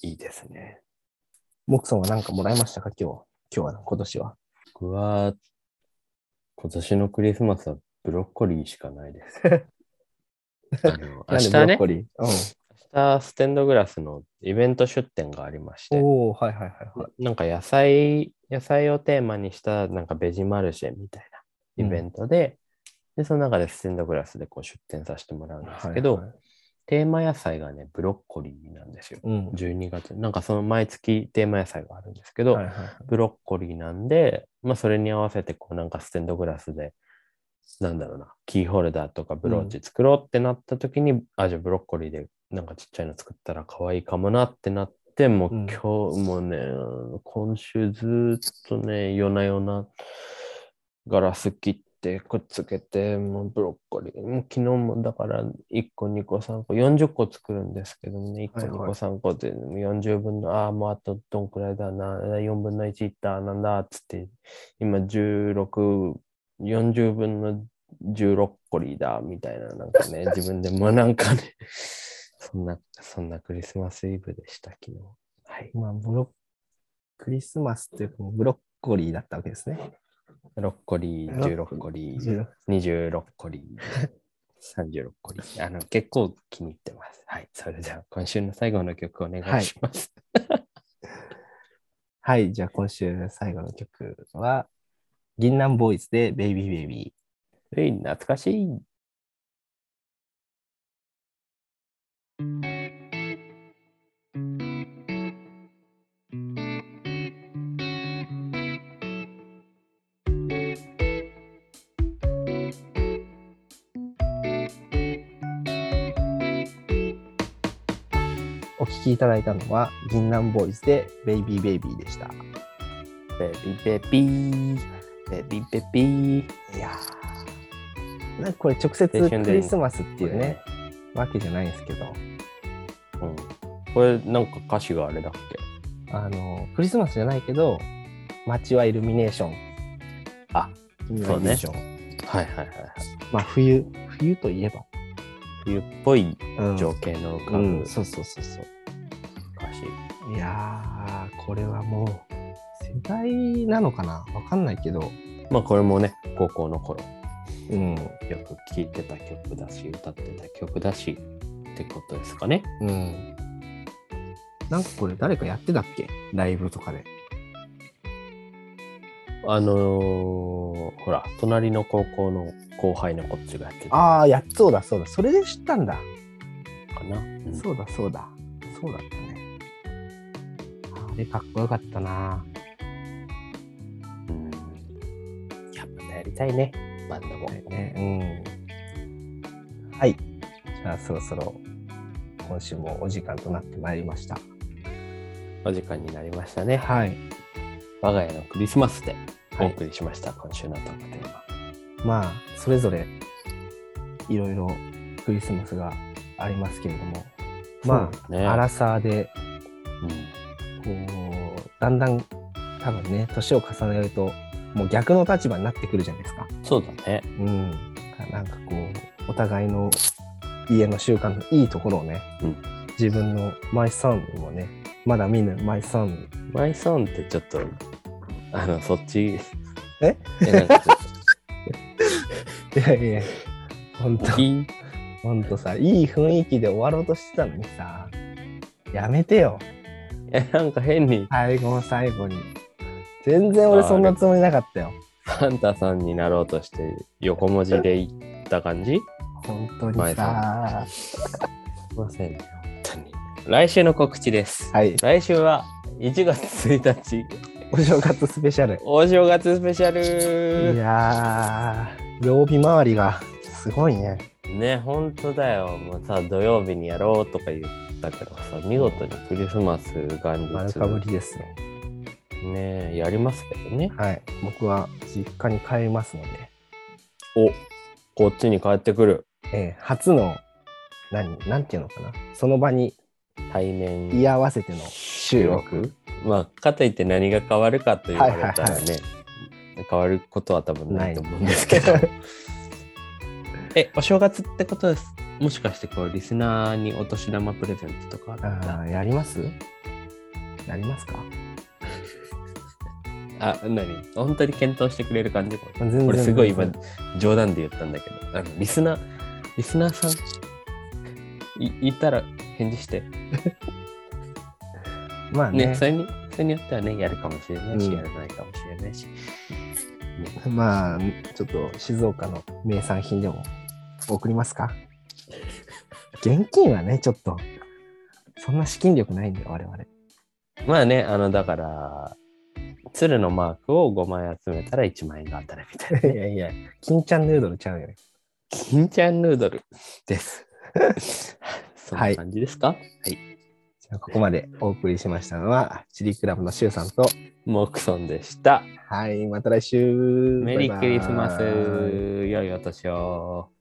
Speaker 2: いいですね。
Speaker 1: モクソンは何かもらいましたか今日。今日は、今年は。
Speaker 2: 僕は、今年のクリスマスはブロッコリーしかな
Speaker 1: *laughs*
Speaker 2: いです。あの明日
Speaker 1: なんでブ、ロ
Speaker 2: ね
Speaker 1: ッコリー
Speaker 2: 明日ステンドグラスのイベント出店がありまし
Speaker 1: うん。
Speaker 2: て、
Speaker 1: おおはいはいはいはい。
Speaker 2: なんか野菜、野菜をテーマにしたなんかベジマルシェみたいなイベントで、で、その中でステンドグラスでこう出店させてもらうんですけど、
Speaker 1: はいはい
Speaker 2: テーマ野菜がね、ブロッコリーなんですよ。
Speaker 1: うん。
Speaker 2: 12月なんかその毎月テーマ野菜があるんですけど、
Speaker 1: はいはいはい
Speaker 2: ブロッコリーなんで、まあ、それに合わせてこうなんかステンドグラスでなんだろうなキーホルダーとかブローチ作ろうってなった時に、あじゃあブロッコリーでなんかちっちゃいの作ったら可愛いかもなってなってもう
Speaker 1: うん
Speaker 2: 今日もね、今週ずーっとね夜な夜なガラス切ってくっつけてもうブロッコリーもう昨日もだから1個2個3個40個作るんですけどもね1個
Speaker 1: はい
Speaker 2: 2
Speaker 1: はい
Speaker 2: 個3個で40分のああもうあとどんくらいだな4分の1いったなんだっつって今16 40分の16個リーダーみたいな、なんか
Speaker 1: *laughs*
Speaker 2: ね、自分でもなんかね、そんな、そんなクリスマスイブでした、昨日。はい。
Speaker 1: まあ、ブロックリスマスというか、ブロッコリーだったわけですね。
Speaker 2: 6個リー、16個リー、26個リー、36個リー。あの、結構気に入ってます。はい。それでは、今週の最後の曲お願いします。
Speaker 1: はい、じゃあ今週最後の曲は、銀杏ボーイズでベイビーベイビー。
Speaker 2: えい、懐かしい。
Speaker 1: お聴きいただいたのは、銀杏ボーイズでベイビーベイビーでした。
Speaker 2: ベビベビー、ベビベビー。
Speaker 1: いやーなんかこれ直接
Speaker 2: 青春だよね
Speaker 1: クリスマスっていうね、わけじゃないんですけど、
Speaker 2: うん。これ、なんか歌詞があれだっけ
Speaker 1: あの、クリスマスじゃないけど、街はイルミネーション。
Speaker 2: あ、
Speaker 1: イルミネーション。
Speaker 2: はいはいはいはい。
Speaker 1: まあ冬、冬といえば。
Speaker 2: 冬っぽい
Speaker 1: うん
Speaker 2: 情景の浮か
Speaker 1: う
Speaker 2: ぶ
Speaker 1: ん、そうそうそうそう。
Speaker 2: 歌詞。
Speaker 1: いやー、これはもう、世代なのかなわかんないけど、
Speaker 2: まあこれもね、高校の頃
Speaker 1: うん、
Speaker 2: よく聴いてた曲だし、歌ってた曲だしってことですかね。
Speaker 1: うん。なんかこれ誰かやってたっけライブとかで。
Speaker 2: あのー、ほら、隣の高校の後輩のこっちがやってたの
Speaker 1: ああ、やっそうだそうだ。それで知ったんだ。
Speaker 2: かな。うん
Speaker 1: そうだそうだ。そうだったね。あれかっこよかったな。
Speaker 2: うんやっぱやりたいね、バンドも。
Speaker 1: ね、うん。はい。じゃあそろそろ今週もお時間となってまいりました。
Speaker 2: お時間になりましたね。
Speaker 1: はい。
Speaker 2: 我が家のクリスマスで
Speaker 1: は
Speaker 2: お
Speaker 1: い
Speaker 2: 送りしました、今週のトークテーマ。
Speaker 1: まあ、それぞれいろいろクリスマスがありますけれども、ま
Speaker 2: そう
Speaker 1: あ、
Speaker 2: ね
Speaker 1: アラサーで
Speaker 2: うん
Speaker 1: こうだんだん多分ね年を重ねるともう逆の立場になってくるじゃないですか。
Speaker 2: そうだね。
Speaker 1: うん、なんかこうお互いの家の習慣のいいところをね、
Speaker 2: うん
Speaker 1: 自分のマイサンもねまだ見ぬマイサン
Speaker 2: マイソンってちょっと、あの、そっち。
Speaker 1: え
Speaker 2: いやなんかちょっ
Speaker 1: いやいや *laughs* 本当
Speaker 2: といい *laughs*
Speaker 1: 本当さいい雰囲気で終わろうとしてたのにさやめてよ
Speaker 2: えなんか変に
Speaker 1: 最後の最後に全然俺そんなつもりなかったよ
Speaker 2: サンタさんになろうとして横文字で言った感じ
Speaker 1: 本当にさ
Speaker 2: すいませんね本当に来週の告知です
Speaker 1: はい
Speaker 2: 来週は1月1日
Speaker 1: お正月スペシャル
Speaker 2: お正月スペシャ
Speaker 1: い
Speaker 2: ル
Speaker 1: やー、曜日回りがすごいね。
Speaker 2: ね本当だよもうさ土曜日にやろうとか言ったけどさ見事にクリスマス元
Speaker 1: 丸
Speaker 2: 日
Speaker 1: かぶりですね。
Speaker 2: ねえ、やりますけどね。
Speaker 1: はい。僕は実家に帰りますので、
Speaker 2: おこっちに帰ってくる。
Speaker 1: えー初の、何、なんていうのかな。その場に
Speaker 2: 対面。
Speaker 1: 居合わせての収録。
Speaker 2: まあ、かといって何が変わるかと言われたらね、
Speaker 1: はいはいは
Speaker 2: 変わることは多分ないと思うんですけど
Speaker 1: ない。
Speaker 2: え、お正月ってことです。もしかしてこう、リスナーにお年玉プレゼントとかあっ
Speaker 1: *laughs* あ
Speaker 2: た
Speaker 1: ーやりますやりますか
Speaker 2: あ、なに本当に検討してくれる感じこれ
Speaker 1: 全然
Speaker 2: 俺すごい
Speaker 1: 全
Speaker 2: 今
Speaker 1: 然
Speaker 2: 冗談で言ったんだけど、あのリスナー、リスナーさん、いいたら返事して、
Speaker 1: まあ
Speaker 2: ね
Speaker 1: ね
Speaker 2: それに、それによってはね、やるかもしれないし、
Speaker 1: うん
Speaker 2: やらないかもしれないし。
Speaker 1: まあちょっと静岡の名産品でも送ります
Speaker 2: *laughs*
Speaker 1: か現金はねちょっとそんな資金力ないんで我々
Speaker 2: まあね、あの、だから、鶴のマークを5枚集めたら1万円が当たるみたいな。
Speaker 1: いやい *laughs* や金ちゃんヌードルちゃうよね
Speaker 2: 金ちゃんヌードルです。そん
Speaker 1: は
Speaker 2: ない感じですか、はい、
Speaker 1: じゃあここまでお送りしましたのはチリクラブのシュウさんと
Speaker 2: モクソンでした。
Speaker 1: はいまた来週
Speaker 2: メリークリスマ
Speaker 1: バイバイ
Speaker 2: ス。良いお年を。